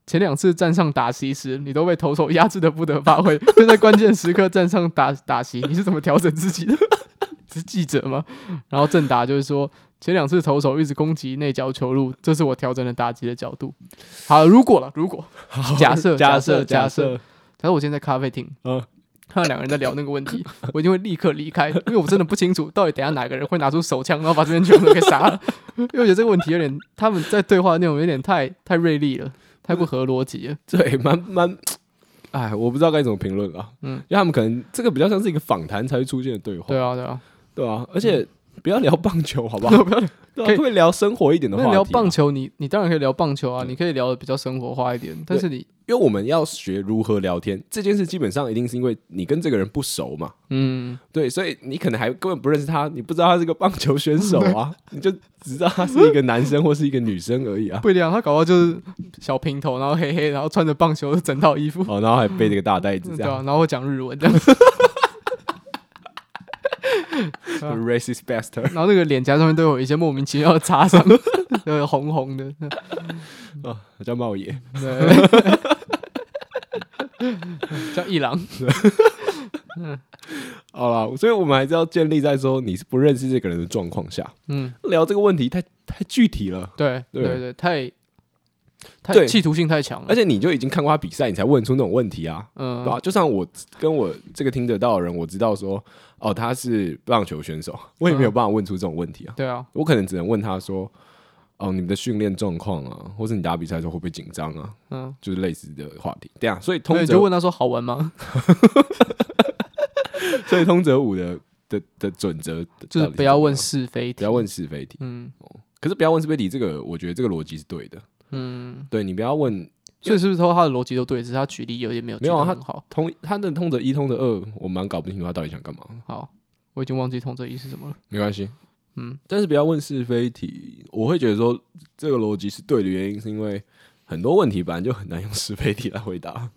S2: 前两次站上打席时，你都被投手压制的不得发挥，就在关键时刻站上打打席，你是怎么调整自己的？ 是记者吗？然后正达就是说，前两次投手一直攻击内角球路，这是我调整了打击的角度。好，如果了，如果
S1: 好
S2: 假设
S1: 假
S2: 假设
S1: 假
S2: 假设，假如我今天在咖啡厅，
S1: 嗯
S2: 看到两个人在聊那个问题， 我一定会立刻离开，因为我真的不清楚到底等一下哪个人会拿出手枪，然后把这边全部都给杀了。 因为我觉得这个问题有点，他们在对话的内容有点太太锐利了，太不合逻辑了。
S1: 对，蛮蛮，哎，我不知道该怎么评论啊。嗯
S2: 嗯，
S1: 因为他们可能这个比较像是一个访谈才会出现的对话，
S2: 对啊，对啊，
S1: 对啊，而且不要聊棒球，好不 好？不要对啊，
S2: 可
S1: 可
S2: 以
S1: 不可以聊生活一点的话题
S2: 那
S1: 啊。
S2: 聊棒球，你你当然可以聊棒球啊，
S1: 对
S2: 你可以聊的比较生活化一点，但是你
S1: 因为我们要学如何聊天这件事，基本上一定是因为你跟这个人不熟嘛，
S2: 嗯，
S1: 对，所以你可能还根本不认识他，你不知道他是个棒球选手 啊，你就只知道他是一个男生或是一个女生而已 啊。
S2: 不一定啊，他搞到就是小平头，然后黑黑，然后穿着棒球的整套 衣服，
S1: 哦，然后还背这个大袋子
S2: 嗯
S1: 这
S2: 对啊，
S1: 样
S2: 然后会讲日文这样。对啊
S1: ，racist bastard
S2: 然后那个脸颊上面都有一些莫名其妙的擦伤， 对，红红的。
S1: 啊，我叫茂野。
S2: 对， 叫一郎。
S1: 好啦，所以我们还是要建立在说你是不认识这个人的状况下
S2: 嗯，
S1: 聊这个问题太，太具体了。
S2: 对
S1: 对
S2: 对对，太
S1: 对
S2: 太企图性太强了
S1: 而。且你就已经看过他比赛，你才问出那种问题啊，对吧、
S2: 嗯，
S1: 就像我跟我这个听得到的人，我知道说，哦，他是棒球选手， 我也
S2: 嗯
S1: 没有办法问出这种问题啊。
S2: 对啊，
S1: 我可能只能问他说，哦，你们的训练状况啊，或是你打比赛的时候会不会紧张啊，
S2: 嗯，
S1: 就是类似的话题。对啊，所以
S2: 所
S1: 通
S2: 以就
S1: 则，
S2: 问他说好玩吗？
S1: 所以通则五的的的准则
S2: 就
S1: 到
S2: 是
S1: 底啊
S2: 不要
S1: 怎么
S2: 问
S1: 样
S2: 是非
S1: 不
S2: 题
S1: 要。问是非题。
S2: 嗯
S1: 可是不要问是非题，这个我觉得这个逻辑是对的。
S2: 嗯，
S1: 对你不要问
S2: 所以是不是说他的逻辑都对，只是他举例有点没有
S1: 没有啊
S2: 举得很好。
S1: 通他的通则一、通则二，我蛮搞不清楚他到底想干嘛。
S2: 好，我已经忘记通这意是什么了。
S1: 没关系，
S2: 嗯，
S1: 但是不要问是非题。我会觉得说这个逻辑是对的原因，是因为很多问题本来就很难用是非题来回答，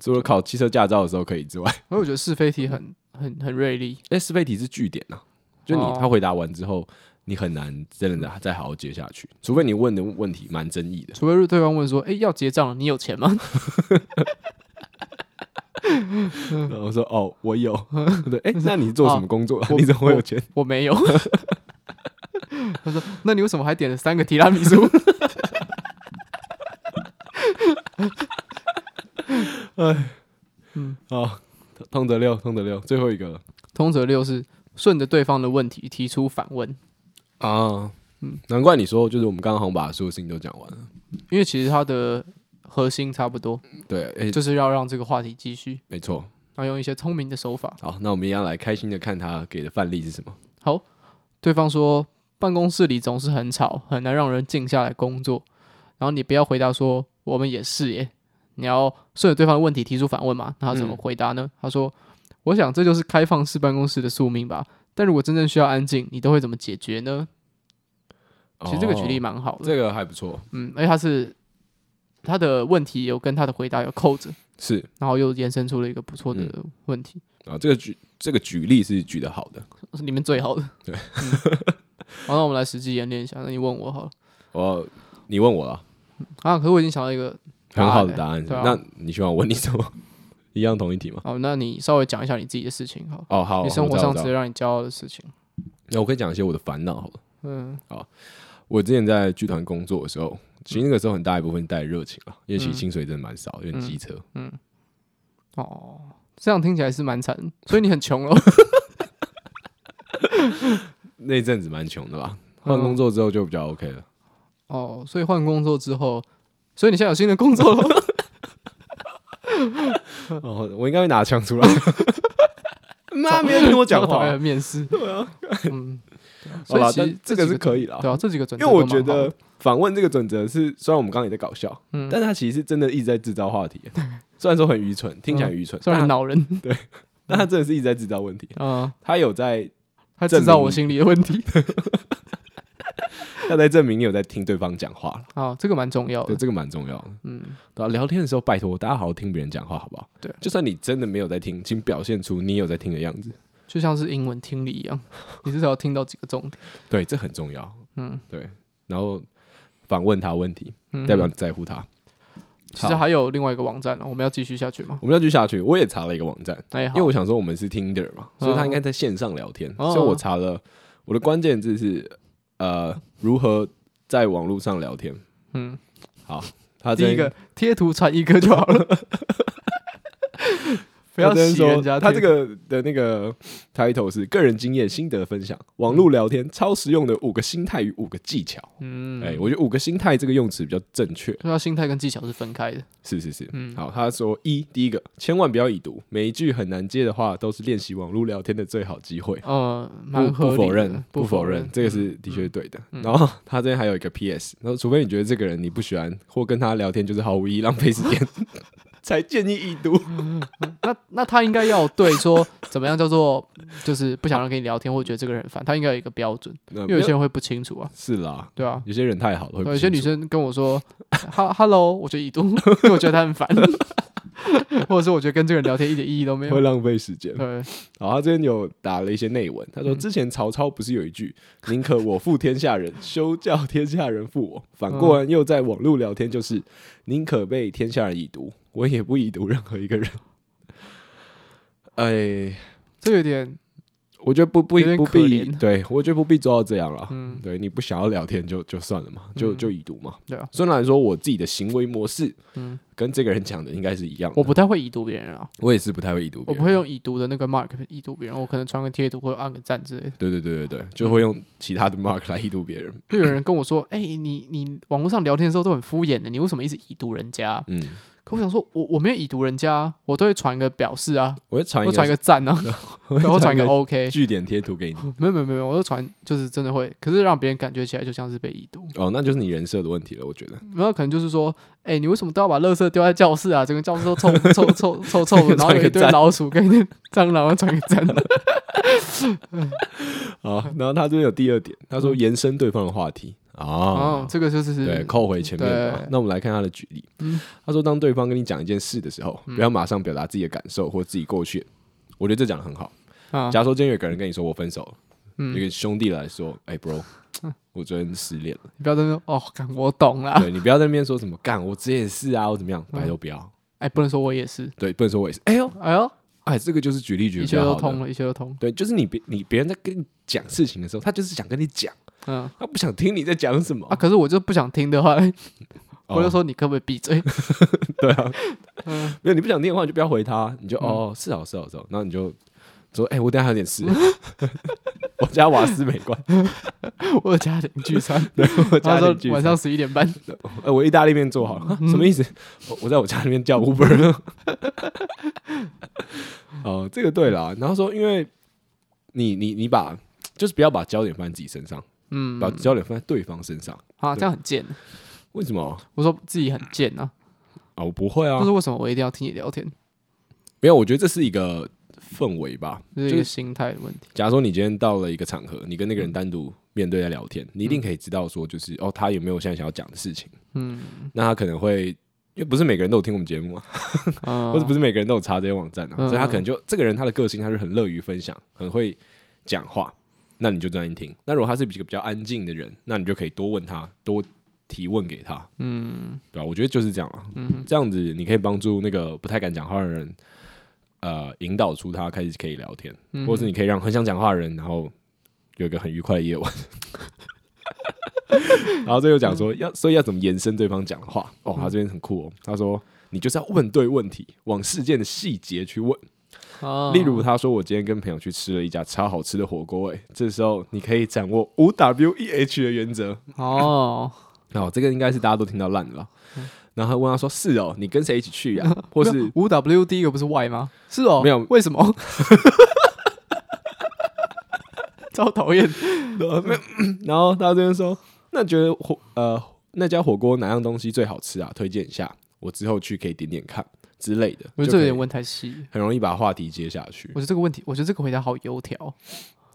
S1: 除了考汽车驾照的时候可以之外，
S2: 因为我觉得是非题
S1: 嗯
S2: 很很很锐利。
S1: 哎，是非题是据点啊，就你
S2: 哦
S1: 他回答完之后，你很难真的再好好接下去，除非你问的问题蛮争议的。
S2: 除非是对方问说：“哎、要结账了，你有钱吗？”
S1: 然后我说哦，我有。我说哎，那你做什么工作？啊你怎么会有钱？
S2: 嗯哦 我没有。他说：“那你为什么还点了三个提拉米苏？
S1: 好，哦通则六，通则六，最后一个了
S2: 通则六是顺着对方的问题提出反问，哦
S1: 啊。难怪你说，就是我们刚刚好像把所有事情都讲完了。
S2: 因为其实它的核心差不多，
S1: 对，哎，
S2: 就是要让这个话题继续，
S1: 没错。
S2: 然后用一些聪明的手法。
S1: 好，那我们一样来开心的看他给的范例是什么。
S2: 好，对方说办公室里总是很吵，很难让人静下来工作。然后你不要回答说我们也是耶，你要顺着对方的问题提出反问嘛。那他怎么
S1: 嗯
S2: 回答呢？他说：“我想这就是开放式办公室的宿命吧。但如果真正需要安静，你都会怎么解决呢？”其实这个举例
S1: 嘛，
S2: 蛮好的，
S1: 哦这个还不错，
S2: 嗯，而且他是他的问题有跟他的回答有扣着，
S1: 是
S2: 然后又延伸出了一个不错的问题，
S1: 啊，这个举这个举例是举的好的。
S2: 是里面最好的。
S1: 对
S2: 嗯，好，那我们来实际演练一下。那你问我好了
S1: 我哦你问我了，
S2: 啊，可是我已经想到一个
S1: 很好的答案。
S2: 对啊
S1: 那你希望我问你什么？ 一样同一题吗？
S2: 哦，那你稍微讲一下你自己的事情好了，
S1: 哦，好，
S2: 你生活
S1: 我知道我
S2: 上值
S1: 知
S2: 得
S1: 道
S2: 让你骄傲的事情。
S1: 那我可以讲一些我的烦恼好了。
S2: 嗯
S1: 我之前在剧团工作的时候，其实那个时候很大一部分带热情了，因为其实薪水真的蛮少，有点机车。
S2: 嗯，哦，这样听起来是蛮惨，所以你很穷哦。
S1: 那阵子蛮穷的啦，换
S2: 嗯
S1: 工作之后就比较 OK 了。
S2: 哦，所以换工作之后，所以你现在有新的工作了。嗯
S1: 哦，我应该会拿枪 出来。妈，没人听我讲话
S2: 哎。面试。 对啊，嗯，对啊
S1: 好
S2: 所以
S1: 啦，
S2: 其
S1: 但
S2: 实
S1: 这个
S2: 几
S1: 是可以啦。
S2: 对啊，这几个准
S1: 因
S2: 则
S1: 为
S2: 都蛮
S1: 我
S2: 好的，
S1: 觉得访问这个准则是，虽然我们刚刚也在搞笑，
S2: 嗯
S1: 但它其实是真的一直在制造话 题。虽然说很愚蠢，听起来很愚蠢，
S2: 虽然很
S1: 但它
S2: 恼 人，
S1: 但它真的是一直在制造问题。
S2: 嗯，
S1: 他有在，
S2: 他
S1: 证
S2: 制造我
S1: 明
S2: 心里的问 题
S1: 他在证明你有在听对方讲话了。
S2: 啊，这个蛮重要
S1: 对，
S2: 的。
S1: 这个蛮重要的。
S2: 嗯，
S1: 对啊，聊天的时候，拜托大家好好听别人讲话，好不好？
S2: 对
S1: 就算你真的没有在听，请表现出你有在听的样子。
S2: 就像是英文听力一样，你至少要听到几个重点。
S1: 对，这很重要。
S2: 嗯，
S1: 对，然后反问他问题，
S2: 嗯
S1: 代表你在乎他。
S2: 其实还有另外一个网站啊，我们要继续下去吗？
S1: 我们要继续下去，我也查了一个网站，
S2: 哎，
S1: 因
S2: 好嗯
S1: 为，我想说我们是 Tinder 嘛，所以他应该在线上聊天，
S2: 哦
S1: 所以我查了我的关键字是呃如何在网络上聊天。
S2: 嗯，
S1: 好，他
S2: 第
S1: 这
S2: 一个贴图传一个就 好了，不要
S1: 他这边
S2: 洗人家
S1: 说他
S2: 贴
S1: 这个的那个 title 是个人经验心得分享，网络聊天超实用的五个心态与五个技巧。
S2: 嗯，
S1: 哎、我觉得五个心态这个用词比较正确。
S2: 所以他心态跟技巧是分开的。
S1: 是是是，
S2: 嗯
S1: 好，他说一，第一个，千万不要已读，每一句很难接的话，都是练习网络聊天的最好机会。
S2: 呃，
S1: 不
S2: 蛮合
S1: 不
S2: 理的
S1: 否认，
S2: 不
S1: 不
S2: 否嗯
S1: 否认，这个是的确对的。然后他这边还有一个 P.S.，然后除非你觉得这个人你不喜欢，或跟他聊天就是毫无意义、浪费时 间，才建议已读。
S2: 那嗯那他应该要对说怎么样叫做就是不想让跟你聊天，或觉得这个人很烦，他应该有一个标准，
S1: 那
S2: 因为有些人会不清楚啊，
S1: 是啦，
S2: 对啊，
S1: 有些人太好了，会
S2: 对
S1: 不
S2: 有些女
S1: 清楚
S2: 生跟我说 哈 “hello”，我就已读， 因为我觉得她很烦，或者是我觉得跟这个人聊天一点意义都没
S1: 会
S2: 有。嗯
S1: 浪费时间。
S2: 对，
S1: 好，他这边有打了一些内文，他
S2: 嗯
S1: 说之前曹操不是有一 句“宁可我负天下人，休叫天下人负
S2: 嗯
S1: 我”，反过来又在网络聊天就是“宁可被天下人已读，我也不已读任何一个人”。哎，
S2: 这有点
S1: 我觉得不不
S2: 有点
S1: 不
S2: 可
S1: 必，
S2: 怜
S1: 对我觉得不必做到这样了。
S2: 嗯
S1: 对你不想要聊天就就算了嘛，就
S2: 嗯
S1: 就已读嘛。
S2: 对啊，
S1: 虽然说我自己的行为模式，
S2: 嗯
S1: 跟这个人讲的应该是一样的。
S2: 我不太会已读别人啊，
S1: 我也是不太会已读别
S2: 我
S1: 人，
S2: 不会用已读的那个 mark 已读别人，我可能传个贴图或者按个赞之类的。
S1: 对对对对对，就会用其他的 mark 来已读别人。
S2: 就有人跟我说：“哎、你你网络上聊天的时候都很敷衍的，你为什么一直已读人家
S1: 嗯，？”
S2: 可我想说，我我没有已读人家，我都会传个表示啊，
S1: 我会传
S2: 我
S1: 一
S2: 传一
S1: 个，
S2: 个赞啊，
S1: 我
S2: 然后
S1: 会传
S2: 传一
S1: 一
S2: 个嗯
S1: 个
S2: OK，
S1: 据点贴图给你。
S2: 没有没有没有，我都传就是真的会，可是让别人感觉起来就像是被已读。
S1: 哦，那就是你人设的问题了，我觉得。
S2: 然后可能就是说，哎、你为什么都要把垃圾丢在教室啊？整个教室都臭 臭臭 臭臭的，然后有一堆老鼠跟一堆蟑螂，传个赞。
S1: 好，然后他这边有第二点，他说延伸对方的话题
S2: 嗯
S1: 啊，，
S2: 哦这个就是
S1: 对，扣回前面的嘛
S2: 对。
S1: 那我们来看他的举例
S2: 嗯，
S1: 他说当对方跟你讲一件事的时候，不要马上表达自己的感受或自己过去。我觉得这讲的很好。
S2: 啊，
S1: 假如说今天有个人跟你说我分手了，有
S2: 嗯，
S1: 个兄弟来说，哎，bro，我 昨天失恋了。
S2: 你不要在那边说哦，干我懂啦。
S1: 对你不要在那边说什么干，我这也是啊，我怎么样，拜托不要。
S2: 哎，不能说我也是。
S1: 对，不能说我也是。哎呦，
S2: 哎呦，
S1: 哎，这个就是举例举得
S2: 一
S1: 比
S2: 切
S1: 较
S2: 都
S1: 好的
S2: 通了，一切都通。
S1: 对，就是你别你别人在跟你讲事情的时候，他就是想跟你讲，
S2: 嗯
S1: 他不想听你在讲什么
S2: 啊，。可是我就不想听的话， 我就
S1: 哦
S2: 说你可不可以闭嘴？
S1: 对啊，
S2: 嗯
S1: 没有你不想听的话，你就不要回他，你就哦是哦是哦是哦，然后你就说哎，我等一下还有点 事，我家瓦斯没关，
S2: 我家庭聚餐，
S1: 我
S2: 他
S1: 家
S2: 说嗯
S1: 邻居
S2: 晚上十一点半，
S1: 呃我意大利面做好了，啊 什么意思？我我在我家里面叫 Uber。哦，这个对啦。然后说，因为你你你把就是不要把焦点放在自己身上，
S2: 嗯
S1: 把焦点放在对方身上。
S2: 啊，这样很贱。
S1: 为什么
S2: 我说自己很贱啊，
S1: 啊？我不会啊
S2: 但，是为什么我一定要听你聊天？
S1: 没有，我觉得这是一个氛围吧。
S2: 这
S1: 就是
S2: 一
S1: 是
S2: 个心态的问题。
S1: 假如说你今天到了一个场合，你跟那个人单独面对在聊天，你一定可以知道说，就是哦，他有没有现在想要讲的事情？
S2: 嗯，
S1: 那他可能会，因为不是每个人都有听我们节目啊，
S2: 啊
S1: 或者不是每个人都有查这些网站啊，
S2: 嗯
S1: 所以他可能就这个人他的个性他是很乐于分享，很会讲话，那你就专心听。那如果他是一个比较安静的人，那你就可以多问他，多提问给他，
S2: 嗯
S1: 对吧、我觉得就是这样啊，
S2: 嗯
S1: 这样子你可以帮助那个不太敢讲话的人，呃，引导出他开始可以聊天，
S2: 嗯，
S1: 或者是你可以让很想讲话的人，然后有一个很愉快的夜晚。 然后这又讲说
S2: 嗯
S1: 要，所以要怎么延伸对方讲的话？哦，他这边很酷哦。他说，你就是要问对问题，往事件的细节去问。
S2: 啊
S1: 例如，他说我今天跟朋友去吃了一家超好吃的火锅，哎，这时候你可以掌握五 W E H 的原则。
S2: 哦，
S1: 哦，这个应该是大家都听到烂了吧。
S2: 嗯
S1: 然后他问他说：“是哦，你跟谁一起去呀、或是
S2: 五 W 第一个不是 Y 吗？是哦，
S1: 没有
S2: 为什么？ 超讨厌，
S1: 然后他这边说，那觉得火呃那家火锅哪样东西最好吃啊？推荐一下，我之后去可以点点看之类的。
S2: 我觉
S1: 就可
S2: 得这有
S1: 以
S2: 点问太细。
S1: 很容易把话题接下去
S2: 我。觉得这个问题，我觉得这个回答好油条，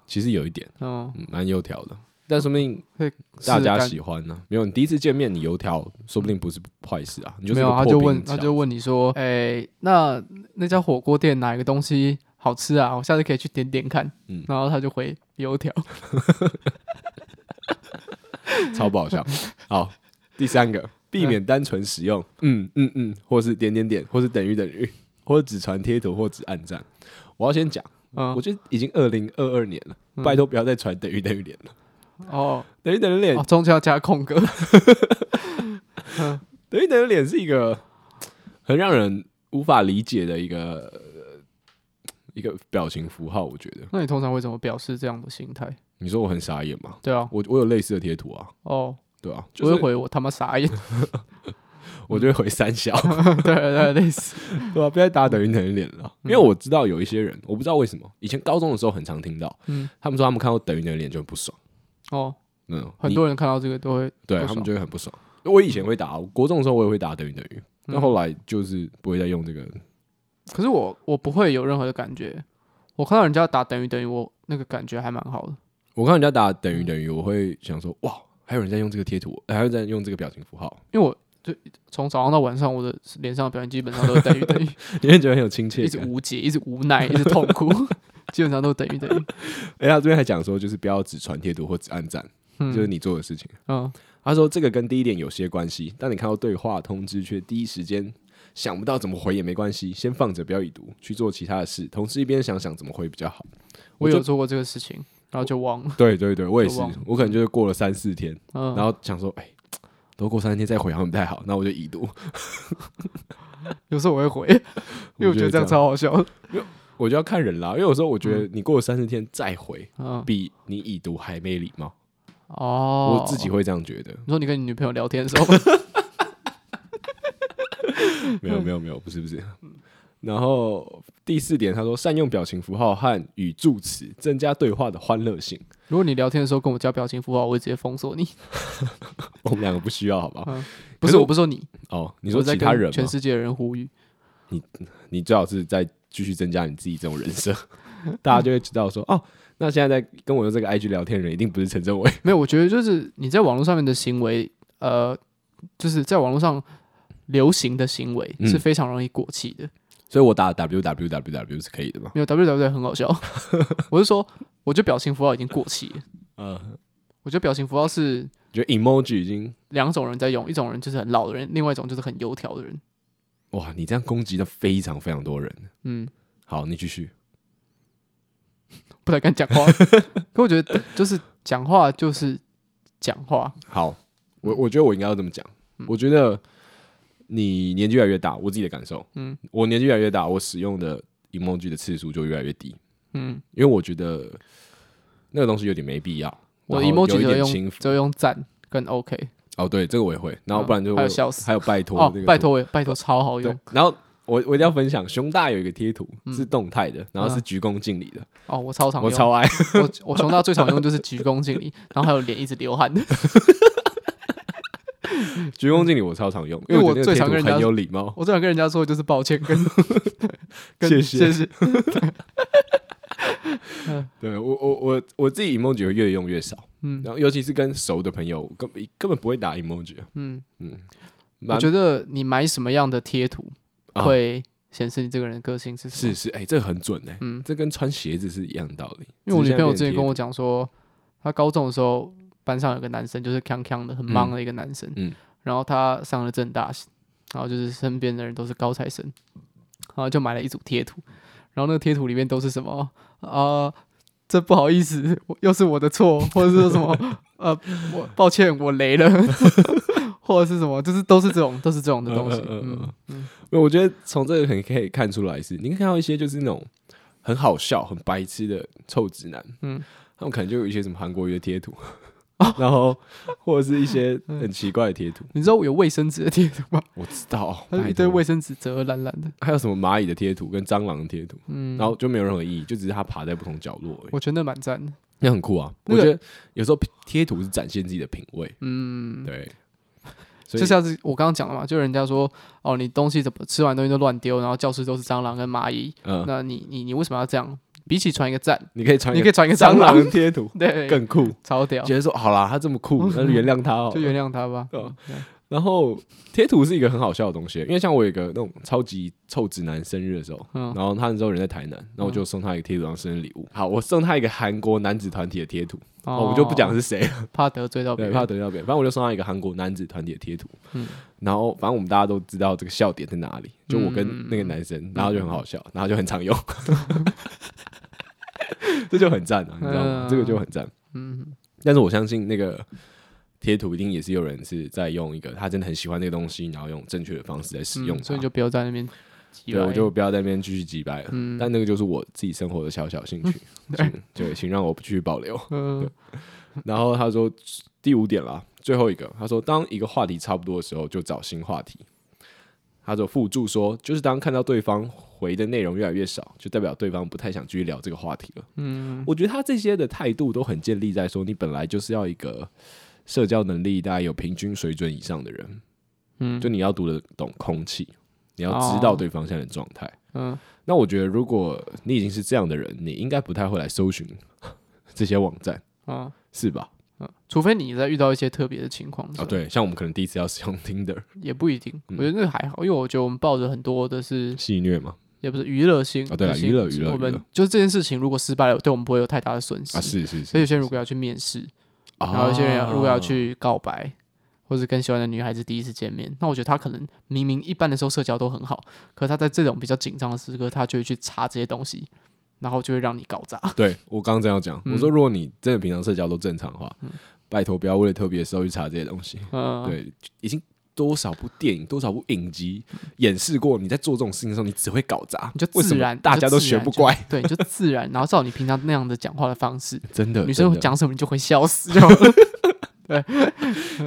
S1: 其实有一点
S2: 嗯，
S1: 嗯蛮油条的，但说不定
S2: 是
S1: 大家
S2: 感
S1: 喜欢呢、没有，你第一次见面你油条，说不定不是坏事啊。你就是
S2: 没
S1: 个
S2: 有，他
S1: 破
S2: 就
S1: 冰
S2: 问，
S1: 小
S2: 他就问你说，哎、那那家火锅店哪一个东西好吃啊？我下次可以去点点看。
S1: 嗯
S2: 然后他就回油条，
S1: 超不好 笑。好，第三个，避免单纯使用，嗯嗯嗯，或是点点点，或是等于等于， 或者只传贴图或只按赞。我要先讲，
S2: 嗯
S1: 我，觉得已经二零二二年了，拜托不要再传等于等于点了。
S2: 哦，
S1: 等于等于脸
S2: 哦，中间要加空格，
S1: 等于等于脸是一个很让人无法理解的一个、呃一个表情符号。我觉得，
S2: 那你通常会怎么表示这样的心态？
S1: 你说我很傻眼吗？
S2: 对啊，
S1: 我我有类似的贴图啊，
S2: 哦，
S1: 对啊，
S2: 我
S1: 就
S2: 会
S1: 是
S2: 回我他妈傻眼，
S1: 我就会回三小，
S2: 对对，类似，
S1: 对啊，不要再打等于等于脸了，因为
S2: 嗯
S1: 我知道有一些人，我不知道为什么，以前高中的时候很常听到，
S2: 嗯，
S1: 他们说他们看到等于等于脸就很不爽，
S2: 哦，
S1: 嗯，
S2: 很
S1: 你
S2: 多人看到这个都会，
S1: 对
S2: 不
S1: 他们
S2: 爽
S1: 就会很不爽。我以前会打，我国中的时候我也会打等于等于，
S2: 嗯
S1: 但后来就是不会再用这个，
S2: 可是我我不会有任何的感觉，我看到人家打等于等于，我那个感觉还蛮好的，
S1: 我看人家打等
S2: 嗯
S1: 于等于，我会想说，哇，还有人在用这个贴图，还有人在用这个表情符号，
S2: 因为我就从早上到晚上，我的脸上的表情基本上都是等于等 于。
S1: 你会觉得很有亲切
S2: 一直
S1: 感。
S2: 无解，一直无奈，一直痛苦， 基本上都等于等于，
S1: 哎，他这边还讲说，就是不要只传贴图或只按赞，
S2: 嗯
S1: 就是你做的事情。
S2: 嗯，
S1: 他说这个跟第一点有些关系，当你看到对话通知却第一时间想不到怎么回也没关系，先放着不要已读，去做其他的事，同时一边想想怎么回比较好。
S2: 我
S1: 就
S2: 有做过这个事情，然后就忘 了，
S1: 对对对，我也是
S2: 就忘了，
S1: 我可能就是过了三四天，
S2: 嗯，
S1: 然后想说，哎，都过三天再回好像不太好，那我就已读。
S2: 有时候我会回，因为
S1: 我
S2: 我觉得这
S1: 这
S2: 样超好笑，
S1: 我就要看人啦，因为有时候我觉得你过了三四天再回，
S2: 嗯，
S1: 比你已读还没礼貌，
S2: 哦，
S1: 我自己，会这样觉得。
S2: 你说你跟你女朋友聊天 的时候，
S1: 没有没有没有，不是不是。然后第四点，他说善用表情符号和语助词，增加对话的欢乐性。
S2: 如果你聊天的时候跟我加表情符号，我会直接封锁你，
S1: 我们两个不需要，好不好？
S2: 嗯，
S1: 可
S2: 不
S1: 是
S2: 是，
S1: 我
S2: 我不是说你，
S1: 哦，你
S2: 你
S1: 说
S2: 在
S1: 其他
S2: 跟
S1: 人
S2: 全
S1: 吗？
S2: 世界的人呼吁，
S1: 你最好是再继续增加你自己这种人设， 大家就会知道说哦，那现在在跟我用这个 IG 聊天的人一定不是陈正伟。
S2: 没有，我觉得就是你在网络上面的行为，呃，就是在网络上流行的行为
S1: 嗯
S2: 是非常容易过气的。
S1: 所以我打 W W W W 是可以的嘛？
S2: 没有 W W 很好笑， 我是说，我觉得表情符号已经过气了。
S1: 呃，
S2: 我觉得表情符号是
S1: 觉得 emoji 已经
S2: 两种人在用，一种人就是很老的人，另外一种就是很油条的人。
S1: 哇，你这样攻击到非常非常多人。
S2: 嗯，
S1: 好，你继续。
S2: 不太敢 讲话。可我觉得就是讲话就是讲话，
S1: 好，我我觉得我应该要这么讲。
S2: 嗯
S1: 我觉得你年纪越来越大，我自己的感受，
S2: 嗯，
S1: 我年纪越来越大，我使用的 emoji 的次数就越来越低，
S2: 嗯，
S1: 因为我觉得那个东西有点没必要。
S2: 我
S1: 然后
S2: emoji
S1: 有一
S2: 只会
S1: 点
S2: 用
S1: 轻
S2: 只会用赞跟 OK
S1: 哦，对，这个我也会。然后
S2: 嗯
S1: 不然就
S2: 还有笑死
S1: 还有拜托、
S2: 哦
S1: 那个，
S2: 拜托我也拜托超好
S1: 对
S2: 用。嗯
S1: 然后我我一定要分享，熊大有一个贴图是动态的，然后是鞠躬敬礼的，
S2: 哦，我超常
S1: 我
S2: 用，
S1: 超爱。
S2: 我我从到最常用就是鞠躬敬礼，然后还有脸一直流汗的，
S1: 鞠躬敬礼我超常用，
S2: 因为
S1: 为
S2: 我
S1: 觉得那个
S2: 最常
S1: 贴
S2: 跟人
S1: 图
S2: 家
S1: 很有礼貌。
S2: 我最想跟人家说的就是抱 歉跟跟
S1: 谢谢
S2: 谢谢，
S1: 对我我我我自己 emoji 会越用越少，
S2: 嗯
S1: 然后尤其是跟熟的朋友，我根本根本不会打 emoji。啊
S2: 嗯，我
S1: 蛮
S2: 觉得你买什么样的贴图
S1: 啊
S2: 会显示你这个人的个性是什么
S1: 是？是，哎、这个很准哎、
S2: 嗯
S1: 这跟穿鞋子是一样的道理。
S2: 因为我女朋友之
S1: 只是
S2: 前
S1: 现在变
S2: 跟我
S1: 贴
S2: 讲说，她高中的时候班上有个男生就是康康的，很
S1: 嗯
S2: 忙的一个男生，
S1: 嗯
S2: 然后他上了正大，然后就是身边的人都是高材生，然后就买了一组贴图，然后那个贴图里面都是什么啊、呃这不好意思，我又是我的错，或者是说什么 呃，我抱歉，我雷了， 或者是什么，就是都是这种，都是这种的东西。
S1: 嗯嗯嗯嗯
S2: 嗯嗯
S1: 没有我觉得从这个很可以看出来是，你可以看到一些就是那种很好笑、很白痴的臭直男，
S2: 嗯哦
S1: 他们可能就有一些什么韩国语的贴图， 然后或者是一些
S2: 嗯
S1: 很奇怪的贴图。
S2: 你知道我有卫生纸的贴图吗？
S1: 我知道，
S2: 它是一
S1: 拜
S2: 堆
S1: 托
S2: 卫生纸折得烂烂的。
S1: 还有什么蚂蚁的贴图跟蟑螂的贴图，
S2: 嗯，
S1: 然后就没有任何意义，就只是它爬在不同角落而已。
S2: 我觉得那蛮赞的。
S1: 那很酷啊！
S2: 那
S1: 我
S2: 个
S1: 觉得有时候贴图是展现自己的品味，
S2: 嗯，
S1: 对，所以
S2: 就像是我刚刚讲的嘛，就人家说哦，你东西怎么吃完东西都乱丢，然后教室都是蟑螂跟蚂蚁，
S1: 嗯，
S2: 那你你你为什么要这样？比起传一个 赞，
S1: 你可以传一
S2: 你
S1: 个
S2: 可以传一个
S1: 蟑
S2: 蟑
S1: 螂
S2: 螂，
S1: 的贴图
S2: 对，
S1: 更酷，
S2: 超屌，
S1: 觉得说好啦，他这么 酷，那就原谅他哦
S2: 就。原谅他吧。
S1: 对
S2: 嗯对
S1: 然后贴图是一个很好笑的东西，因为像我有一个那种超级臭直男生日的时候，
S2: 嗯
S1: 然后他那时候人在台南，然后我就送他一个贴图当生日礼物。好，我送他一个韩国男子团体的贴图，哦，我就不讲，是谁了，
S2: 怕得罪到别
S1: 对，
S2: 人。
S1: 怕得罪到别人。反正我就送他一个韩国男子团体的贴图，
S2: 嗯
S1: 然后反正我们大家都知道这个笑点在哪里，就我
S2: 嗯
S1: 跟那个男生，然后就很好笑，然后就很常用， 这就很赞啊，你知道吗？
S2: 嗯
S1: 这个就很赞。
S2: 嗯，
S1: 但是我相信那个贴图一定也是有人是在用一个他真的很喜欢那个东西，然后用正确的方式来使用
S2: 嗯
S1: 它、
S2: 所以你就不要在那边挤
S1: 对
S2: 来。
S1: 我就不要在那边继续击败了。
S2: 嗯
S1: 但那个就是我自己生活的小小 兴趣，请对，请让我不继续保留。
S2: 嗯
S1: 然后他说第五点啦，最后一个，他说当一个话题差不多的时候，就找新话题。他就附注说，就是当看到对方回的内容越来越少，就代表对方不太想继续聊这个话题了。
S2: 嗯
S1: 我觉得他这些的态度都很建立在说，你本来就是要一个社交能力大概有平均水准以上的人，
S2: 嗯
S1: 就你要读得懂空气，你要知道
S2: 哦
S1: 对方现在的状态。
S2: 嗯，
S1: 那我觉得，如果你已经是这样的人，你应该不太会来搜寻这些网站，
S2: 啊
S1: 是吧？
S2: 除非你在遇到一些特别的情况的时
S1: 啊，
S2: 候，
S1: 对，嗯像我们可能第一次要使用 Tinder，
S2: 也不一定。我觉得那个还好，因为我觉得我们抱着很多的是
S1: 戏虐嘛，
S2: 也不是娱乐性
S1: 啊对啊
S2: 就是
S1: 娱乐娱乐
S2: 我
S1: 娱
S2: 们
S1: 乐
S2: 就是这件事情如果失败了，对我们不会有太大的损失。
S1: 啊，是是是
S2: 所以，有些人如果要去面试，
S1: 然
S2: 然后有些人要如果要，去告白，或者跟喜欢的女孩子第一次见面，那我觉得他可能明明一般的时候社交都很好，可他在这种比较紧张的时刻，他就会去查这些东西，然后就会让你搞砸。
S1: 啊对我刚刚这样讲，
S2: 嗯
S1: 我说如果你真的平常社交都正常的话，拜托不要为了特别的时候去查这些东西，
S2: 嗯，，
S1: 对，已经多少部电影、多少部影集演示过，你在做这种事情的时候，你只会搞砸，
S2: 你就
S1: 为什
S2: 自
S1: 么
S2: 然，
S1: 大
S2: 你就
S1: 家都
S2: 自
S1: 学
S2: 然
S1: 不
S2: 就
S1: 乖，，
S2: 对，你就自然，然后照你平常那样的讲话的 方式，
S1: 真的。
S2: 女生
S1: 真
S2: 会
S1: 的，
S2: 讲什么你就会笑死就好了。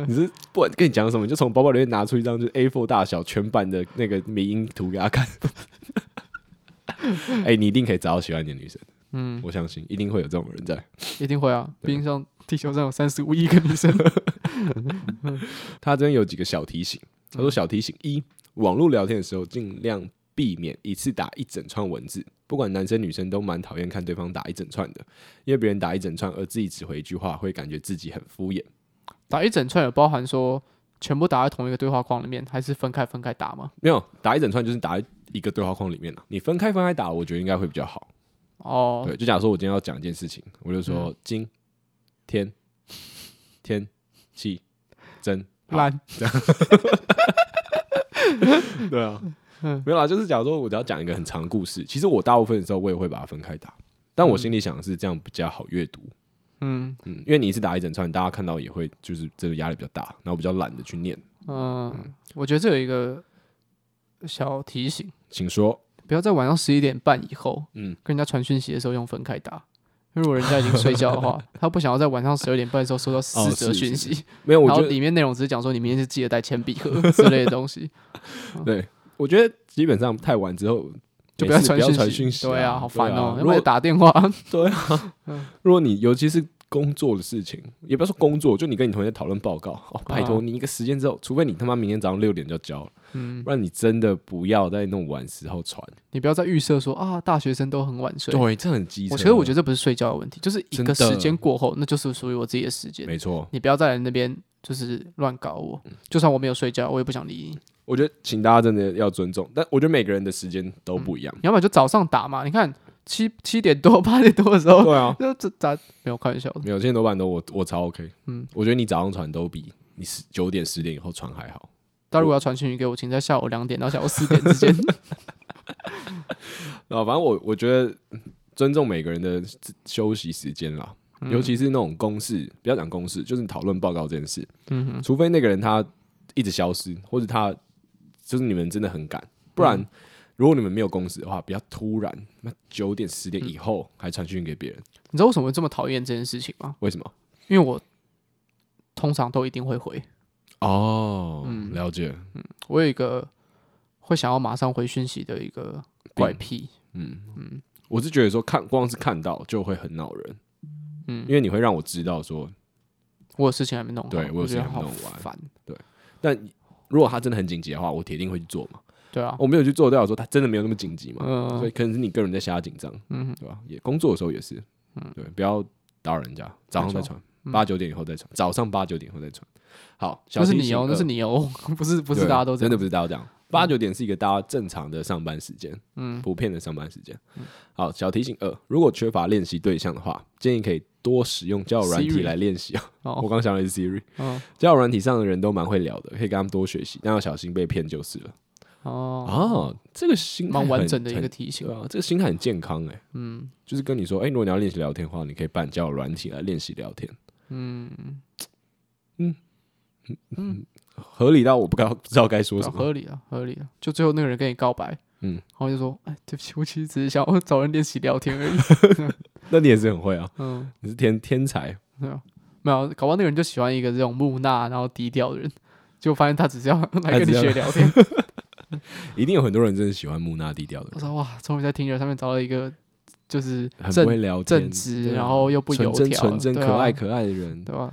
S1: 你是不管跟你讲什么，你就从包包里面拿出一张就是 A4 大小全版的那个迷因图给她 看。哎、你一定可以找到喜欢你的女生，
S2: 嗯，
S1: 我相信一定会有这种人在。
S2: 一定会啊，
S1: 对
S2: 毕竟上地球上有三十五亿个女生。
S1: 他这边有几个小提醒，他说小提醒一，网络聊天的时候尽量避免一次打一整串文字，不管男生女生都蛮讨厌看对方打一整串的，因为别人打一整串而自己只回一句话，会感觉自己很敷衍。
S2: 打一整串有包含说全部打在同一个对话框里面，还是分开分开打吗？
S1: 没有打一整串就是打在一个对话框里面了，啊你分开分开打，我觉得应该会比较好。
S2: 哦，
S1: 对，就假如说我今天要讲一件事情，我就说、今天天气真好
S2: 烂，
S1: 对啊，
S2: 嗯
S1: 没有啦，就是假如说我只要讲一个很长的故事，其实我大部分的时候我也会把它分开打，但我心里想的是这样比较好阅读，
S2: 嗯
S1: 嗯，因为你一次打一整串，大家看到也会就是这个压力比较大，然后我比较懒得去念，
S2: 嗯，我觉得这有一个小提醒，
S1: 请说，
S2: 不要在晚上十一点半以后
S1: 嗯，
S2: 跟人家传讯息的时候用分开打。因为如果人家已经睡觉的 话，他不想要在晚上十二点半的时候收到四则
S1: 哦是
S2: 讯
S1: 是
S2: 息，
S1: 没有，我
S2: 然
S1: 觉
S2: 后
S1: 得
S2: 里面内容只是讲说你明天是记得带铅笔盒之类的东西，
S1: 对，我觉得基本上太晚之后
S2: 就
S1: 没
S2: 要
S1: 事
S2: 传
S1: 不要传
S2: 讯
S1: 讯
S2: 息。
S1: 息，
S2: 对啊，好烦哦、
S1: 对啊
S2: 要
S1: 如
S2: 不然
S1: 果
S2: 打嗯 电话。
S1: 对 啊，如果你尤其是工作的事情，也不要说工作，就你跟你同学讨论报告，哦，拜托
S2: 啊
S1: 你一个时间之后，除非你他妈明天早上六点就要交了，
S2: 嗯，
S1: 不然你真的不要在那种晚时候传。
S2: 你不要再预设说啊，大学生都很晚睡。
S1: 对，这很机车。
S2: 我觉得，我觉得这不是睡觉的问题，就是一
S1: 真
S2: 个
S1: 的
S2: 时间过后，那就是属于我自己的时间。
S1: 没嗯错。
S2: 你不要再来那边就是乱搞我，就算我没有睡觉，我也不想理你。
S1: 我觉得请大家真的要尊重，但我觉得每个人的时间都不一样。
S2: 你要么就早上打嘛，你看七七点多八点多的时候，
S1: 对啊，
S2: 就这打没有开玩笑的，
S1: 没有，现在多半都我我超 OK。
S2: 嗯
S1: 嗯，我觉得你早上传都比你十九点十点以后传还好。
S2: 他如果要传讯息给我，请在下午两点到下午四点 之间。
S1: 啊，反正我我觉得尊重每个人的休息时间啦，
S2: 嗯
S1: 尤其是那种公事，不要讲公事，就是讨论报告这件事，
S2: 嗯哼，
S1: 除非那个人他一直消失，或者他就是你们真的很赶，不然、
S2: 嗯
S1: 如果你们没有公事的话，不要突然那九点十
S2: 嗯
S1: 点以后还传讯给别人，
S2: 你知道为什么会这么讨厌这件事情吗？
S1: 为什么？
S2: 因为我通常都一定会回，
S1: 哦，了解，
S2: 我有一个会想要马上回讯息的一个怪癖。
S1: 我是觉得说看光是看到就会很恼人，
S2: 嗯
S1: 嗯，因为你会让我知道说，
S2: 我有事情还没弄好，
S1: 对我有事
S2: 觉得
S1: 情还没
S2: 好
S1: 弄完
S2: 烦。
S1: 但如果他真的很紧急的话，我铁定会去做嘛，
S2: 对啊，
S1: 我没有去做，代表说他真的没有那么紧急嘛，
S2: 嗯
S1: 所以可能是你个人在瞎紧张，
S2: 嗯
S1: 对吧？也工作的时候也是，对，不要打扰人家，早上再传，
S2: 嗯
S1: 八九点以后再传，早上八九点以后再传。好，小
S2: 那是
S1: 提呃
S2: 你
S1: 醒
S2: 哦，那
S1: 二
S2: 是你哦， 不是不是
S1: 对啊
S2: 大家都这
S1: 真
S2: 样
S1: 的不是大家这样。八九点是一个大家正常的上班时间，
S2: 嗯
S1: 嗯，普遍的上班时间。好，小提醒二，如果缺乏练习对象的话，建议可以多使用交友软体
S2: Siri
S1: 来练习。啊我
S2: 哦，
S1: 刚想的是 Siri，
S2: 嗯
S1: 交友软体上的人都蛮会聊的，可以跟他们多学习，但要小心被骗就是了。
S2: 哦，
S1: 哦，这个心态
S2: 蛮完
S1: 很
S2: 整的一
S1: 很
S2: 个提醒
S1: 对。啊，这个心态很健康哎、
S2: 嗯
S1: 就是跟你说，哎、如果你要练习聊天的话，你可以办交友软体来练习聊天，嗯
S2: 嗯，
S1: 合理到我不知道不知道该说
S2: 对
S1: 什
S2: 啊
S1: 么。
S2: 合理啊，合理啊。就最后那个人跟你告白，
S1: 嗯
S2: 然后就说：“哎，对不起，我其实只是想要找人练习聊天 而已。
S1: 那你也是很会啊”，
S2: 嗯，
S1: 你是天天才，
S2: 对啊，没有，搞不好那个人就喜欢一个这种木讷然后低调的人，结果发现他只 是要来跟你
S1: 只是要
S2: 学聊 天。
S1: 一定有很多人真的喜欢木讷低调的
S2: 我
S1: 人，
S2: 说：“哇，终于在听着上面找到一个就是
S1: 很不会
S2: 正
S1: 聊天，
S2: 正直，
S1: 对啊
S2: 然后又不油
S1: 纯
S2: 条，
S1: 真纯真、
S2: 对啊
S1: 可爱可爱的人。
S2: 对吧？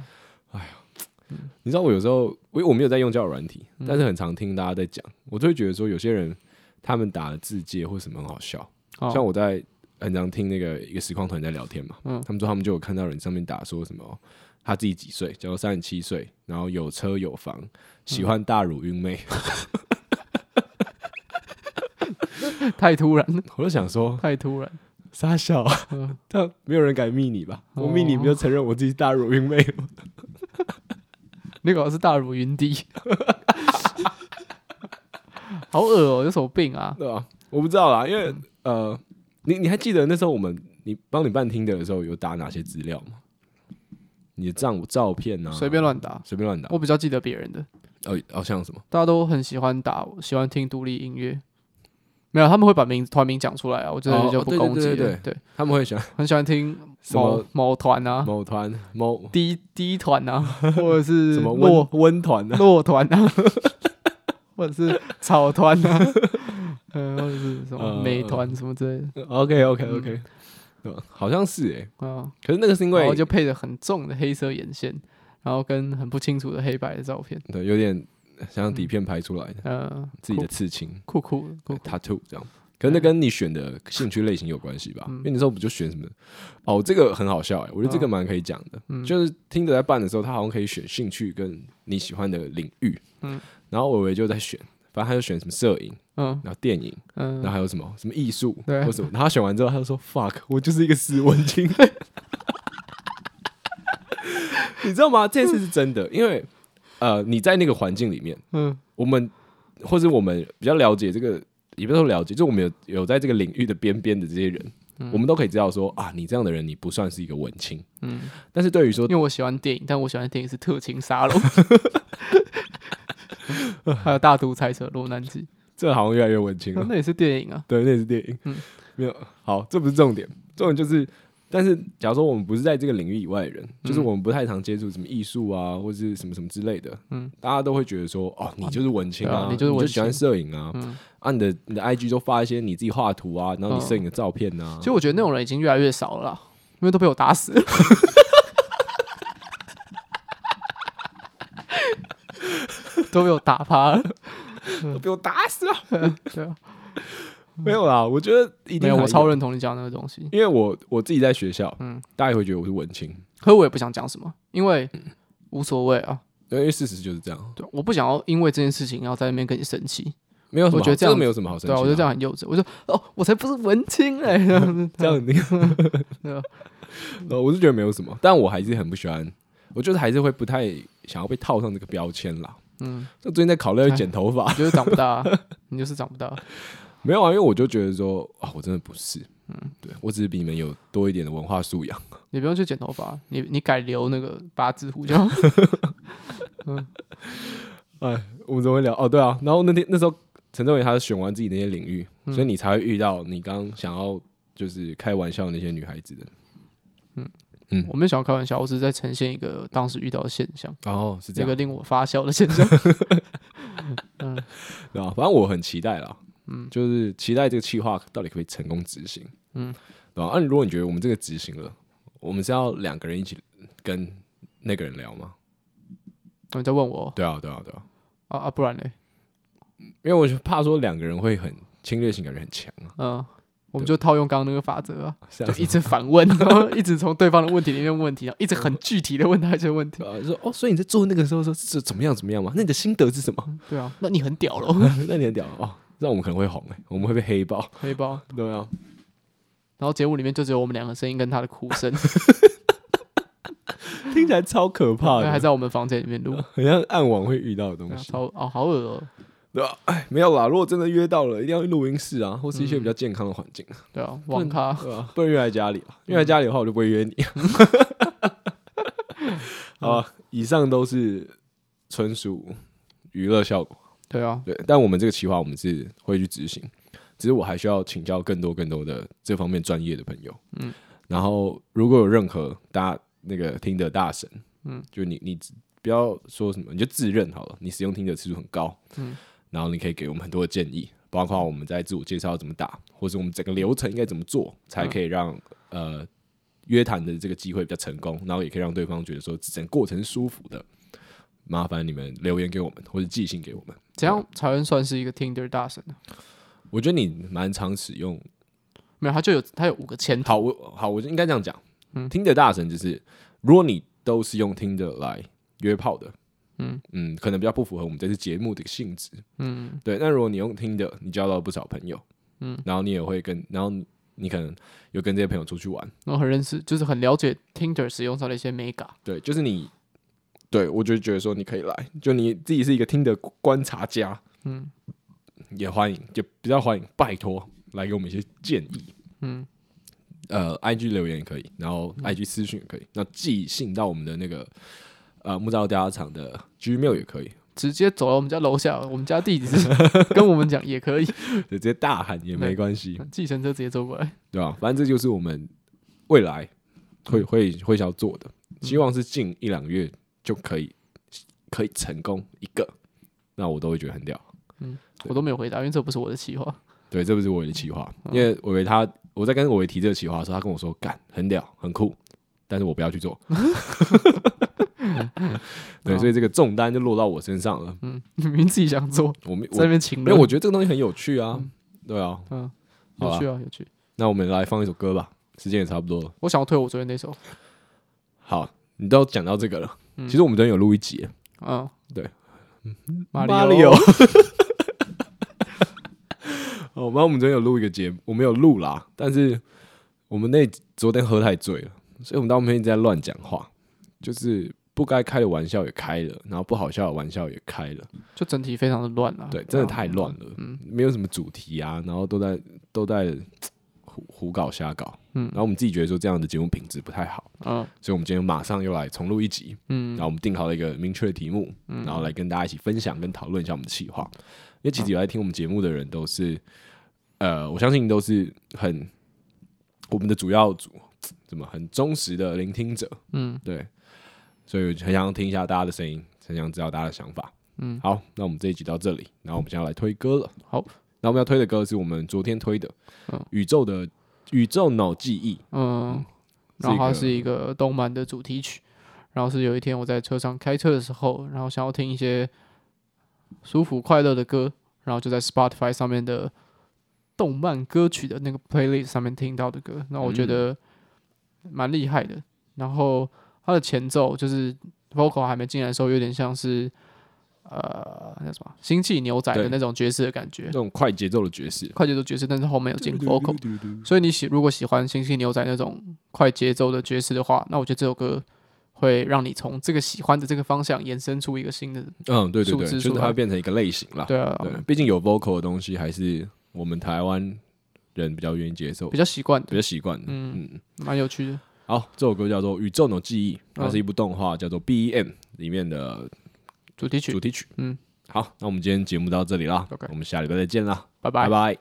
S1: 你知道我有时候，我我没有在用交友软体
S2: 嗯，
S1: 但是很常听大家在讲，我就会觉得说有些人他们打的字界或什么很好笑，
S2: 哦
S1: 像我在很常听那个一个实况团在聊天嘛，
S2: 嗯
S1: 他们说他们就有看到人上面打说什么哦他自己几岁，假如三十七岁，然后有车有房，
S2: 嗯
S1: 喜欢大乳晕妹，
S2: 太突然了，
S1: 我就想说
S2: 太突然。
S1: 傻小啊
S2: 嗯，
S1: 但没有人敢密你吧？
S2: 哦
S1: 我密你不就承认我自己是大乳晕妹吗？
S2: 那个是大乳云滴， 好恶哦、有什么病啊？嗯
S1: 对吧、我不知道啦，因为呃，你你还记得那时候我们你帮你办听的的时候有打哪些资料吗？你的账照片啊，
S2: 随便乱打，
S1: 随便乱打，
S2: 我比较记得别人的，
S1: 哦哦像什么？
S2: 大家都很喜欢打，喜欢听独立音乐。没有，他们会把名团名讲出来啊，我真的
S1: 哦
S2: 就
S1: 哦
S2: 不
S1: 对对
S2: 攻击了。
S1: 对对他们会想
S2: 很喜欢听
S1: 什
S2: 某
S1: 么
S2: 某团啊，
S1: 某团某
S2: 低低团 啊，或者是
S1: 什么
S2: 骆
S1: 温温团 呢？
S2: 骆团啊，或者是草团啊， 嗯、或者是什么
S1: 呃
S2: 美团什么之类
S1: OK OK OK，、对吧好像是哎、
S2: 的啊，
S1: 可是那个是因
S2: 然后
S1: 为
S2: 就配着很重的黑色眼线，然后跟很不清楚的黑白的照片。
S1: 对有点像
S2: 嗯
S1: 底片拍出来的、
S2: 呃，
S1: 自己的刺青
S2: 酷酷酷酷
S1: 对 tattoo 这样。可是那跟你选的兴趣类型有关系吧？因为你那时候不就选什么？哦，这个很好笑哎、我觉得这个蛮可以讲的。就是听着在办的时候，他好像可以选兴趣跟你喜欢的领域。
S2: 嗯
S1: 嗯，然后伟伟就在选，反正他就选什么摄影，
S2: 嗯
S1: 然后电影，然后
S2: 嗯，
S1: 还有什么什么艺术，
S2: 对
S1: 或什么。然后他选完之后，他就说 “fuck”，我就是一个死文 青。你知道吗？这件事是真的，因为呃，你在那个环境里面，
S2: 嗯
S1: 我们或者我们比较了解这个，也不是说了解，就我们有有在这个领域的边边的这些人，我们都可以知道说啊，你这样的人你不算是一个文青，
S2: 嗯，
S1: 但是对于说
S2: 因为我喜欢电影，但我喜欢的电影是《特勤沙龙》，还有《大独裁者落 难记
S1: 这好像越来越文青》了
S2: 啊，，那也是电影啊。
S1: 对，那也是电影。
S2: 嗯
S1: 没有好，这不是重点，重点就是，但是假如说我们不是在这个领域以外的人，就是我们不太常接触什么艺术啊，或是什么什么之类的，
S2: 嗯
S1: 大家都会觉得说，哦，你就是文青
S2: 对啊
S1: 啊，
S2: 你就是文青
S1: 喜欢摄影啊，
S2: 嗯
S1: 啊，你的你的 IG 都发一些你自己画图啊，然后你
S2: 嗯
S1: 摄影的照片啊，
S2: 其实我觉得那种人已经越来越少了啦，因为都被我打死了。 都被我打趴了， 嗯
S1: 都被我打死了。
S2: 对啊，
S1: 没有啦，我觉得一定
S2: 没有，
S1: 还
S2: 我超，认同你讲的那个东西。
S1: 因为我我自己在学校，
S2: 嗯
S1: 大家也会觉得我是文青，
S2: 可我也不想讲什么，因为
S1: 嗯
S2: 无所谓啊。
S1: 对因为事实就是这样，
S2: 对，我不想要因为这件事情要在那边跟你生气。
S1: 没有什么好，
S2: 我觉得这样
S1: 个没有什么好生气
S2: 对
S1: 的
S2: 啊，
S1: 啊，嗯
S2: 我就这样很幼稚。我就哦，我才不是文青欸嘞，这样子
S1: 这样你
S2: 对啊，
S1: 嗯呃，我是觉得没有什么，但我还是很不喜欢，我就是还是会不太想要被套上这个标签啦。
S2: 嗯，
S1: 就最近在考虑要去剪头发
S2: 你，就是长不大啊，你就是长不大。
S1: 没有啊，因为我就觉得说啊，我真的不是，嗯，对我只是比你们有多一点的文化素养。
S2: 你不用去剪头发，啊你你改留那个八字胡就好。
S1: 哎，我们怎么会聊？哦，对啊，然后那天那时候陈仲伟他选完自己那些领域，所以你才会遇到你刚刚想要就是开玩笑的那些女孩子的。
S2: 我没有想要开玩笑，我只是在呈现一个当时遇到的现象，
S1: 哦，是这
S2: 这
S1: 样
S2: 个，令我发笑的现象。
S1: 对啊，反正我很期待啦，嗯，就是期待这个企划到底可不可以成功执行，
S2: 嗯
S1: 嗯，对吧、啊？如果你觉得我们这个执行了，我们是要两个人一起跟那个人聊吗？
S2: 你在问我
S1: 对啊，对啊，对啊，
S2: 啊啊，不然嘞？
S1: 因为我就怕说两个人会很侵略性，感觉很强啊，
S2: 嗯，我们就套用刚刚那个法则啊，
S1: 是
S2: 就
S1: 啊，
S2: 一直反问， 然后一直从对方的问题里面问问题，然后一直很具体的问他一些问题。
S1: 对啊，就说哦，所以你在做那个时候说是怎么样怎么样嘛？那你的心得是什么？
S2: 对啊，那你很屌喽，
S1: 那你很屌哦，那我们可能会红哎、我们会被黑爆，
S2: 黑包。
S1: 对啊，
S2: 然后节目里面就只有我们两个声音跟他的哭 声，
S1: 听起来超可怕
S2: 因为还
S1: 的，嗯
S2: 在我们房间里面录，
S1: 很像暗网会遇到的东
S2: 对啊
S1: 西。
S2: 超哦好恶哦，
S1: 对啊，哎，没有啦。如果真的约到了，一定要去录音室啊，或是一些比较健康的环境，
S2: 对啊，网咖
S1: 对啊， 不能约来家里啊。约来家里的话，我就不会约你。 好啊，以上都是纯属娱乐效果，
S2: 对啊，
S1: 对。但我们这个企划，我们是会去执行，只是我还需要请教更多更多的这方面专业的朋友。嗯，然后如果有任何大家那个听的大神，嗯，就你你不要说什么，你就自认好了，你使用听的次数很高，
S2: 嗯，
S1: 然后你可以给我们很多的建议，包括我们在自我介绍要怎么打，或者我们整个流程应该怎么做，才可以让、呃约谈的这个机会比较成功，然后也可以让对方觉得说整个过程是舒服的。麻烦你们留言给我们，或者寄信给我们。
S2: 怎样才能算是一个 Tinder 大神啊呢？
S1: 我觉得你蛮常使用。
S2: 没有，他就有他有五个前头，
S1: 好，我好，我就应该这样讲。
S2: 嗯
S1: 听的大神就是，如果你都是用听的来约炮的，
S2: 嗯
S1: 嗯，可能比较不符合我们这次节目的性质。
S2: 嗯
S1: 对，那如果你用听的，你交到了不少朋友，嗯，然后你也会跟，然后你你可能有跟这些朋友出去玩，
S2: 然后很认识，就是很了解 Tinder 使用上的一些 mega，
S1: 对，就是你，对我就觉得说你可以来，就你自己是一个听的观察家，
S2: 嗯
S1: 也欢迎，就比较欢迎，拜托来给我们一些建议，
S2: 嗯，
S1: 呃，IG 留言也可以，然后 IG 私讯也可以，那寄信到我们的那个呃木造家厂的 Gmail 也可以，
S2: 直接走到我们家楼下，我们家地址跟我们讲也可以，
S1: 就直接大喊也没关系，
S2: 计程车直接走过来，
S1: 对吧、反正这就是我们未来会会会想要做的，希望是近一两个月就可以可以成功一个，那我都会觉得很屌。
S2: 我都没有回答，因为这不是我的企划，
S1: 对，这不是我的企划，
S2: 嗯
S1: 因为伟伟他我在跟伟伟提这个企划的时候，他跟我说干很屌很酷，但是我不要去 做。对，所以这个重担就落到我身上了。
S2: 嗯，你明明自己想做，
S1: 我没
S2: 在那
S1: 我
S2: 边请
S1: 因为我
S2: 论，
S1: 觉得这个东西很有趣啊，对啊。
S2: 嗯，
S1: 好
S2: 有
S1: 啦
S2: 趣啊，有趣，
S1: 那我们来放一首歌吧，时间也差不多了。
S2: 我想要推我昨天那首，
S1: 好，你都讲到这个了，其实我们昨天有录一集，
S2: 嗯，
S1: 对，
S2: 马
S1: 马
S2: 里
S1: 里
S2: 奥
S1: 奥。 哦，然后我们昨天有录一个节目，我们有录啦，但是我们那昨天喝太醉了，所以我们到后面一直在乱讲话，就是不该开的玩笑也开了，然后不好笑的玩笑也开了，
S2: 就整体非常的啊乱了、
S1: 对，真的太乱了，
S2: 嗯
S1: 没有什么主题啊，然后都在都在胡胡搞瞎搞，
S2: 嗯
S1: 然后我们自己觉得说这样的节目品质不太好，
S2: 嗯
S1: 所以我们今天马上又来重录一集，
S2: 嗯
S1: 然后我们定好了一个明确的题目，然后来跟大家一起分享跟讨论一下我们的企划。因为其实有来听我们节目的人都是，呃，我相信都是很我们的主要组怎么很忠实的聆听者，
S2: 嗯，
S1: 对，所以很想听一下大家的声音，很想知道大家的想法。
S2: 嗯，
S1: 好，那我们这一集到这里，然后我们现在要来推歌了。
S2: 好，
S1: 那我们要推的歌是我们昨天推的
S2: 嗯
S1: 《宇宙的宇宙脑记忆》，
S2: 嗯，然后它
S1: 是
S2: 是一个动漫的主题曲。然后是有一天我在车上开车的时候，然后想要听一些舒服快乐的歌，然后就在 Spotify 上面的动漫歌曲的那个 playlist 上面听到的歌，那我觉得蛮厉害的。然后它的前奏就是 vocal 还没进来的时候，有点像是呃那叫什么星际牛仔的
S1: 对
S2: 那种爵士的感觉
S1: 那，种快节奏的爵士，
S2: 快节奏爵士，但是后面有进 vocal，
S1: 嘟嘟嘟嘟
S2: 所以你喜如果喜欢星星牛仔那种快节奏的爵士的话，那我觉得这首歌会让你从这个喜欢的这个方向延伸出一个新的。
S1: 嗯，对对
S2: 数
S1: 对，
S2: 字
S1: 就是
S2: 出
S1: 它
S2: 来
S1: 会变成一个类型啦。
S2: 对啊，
S1: 对，毕竟有 vocal 的东西还是我们台湾人比较愿意接受、
S2: 比
S1: 比
S2: 较习惯的，
S1: 较习惯的。
S2: 嗯
S1: 嗯，
S2: 蛮有趣的。
S1: 好，这首歌叫做《宇宙的记忆》，它
S2: 嗯
S1: 是一部动画，叫做《B.E.M.》里面的
S2: 主题曲
S1: 主，题曲。
S2: 嗯，
S1: 好，那我们今天节目到这里啦
S2: OK
S1: 我们下礼拜再见啦，
S2: 拜拜
S1: 拜。拜。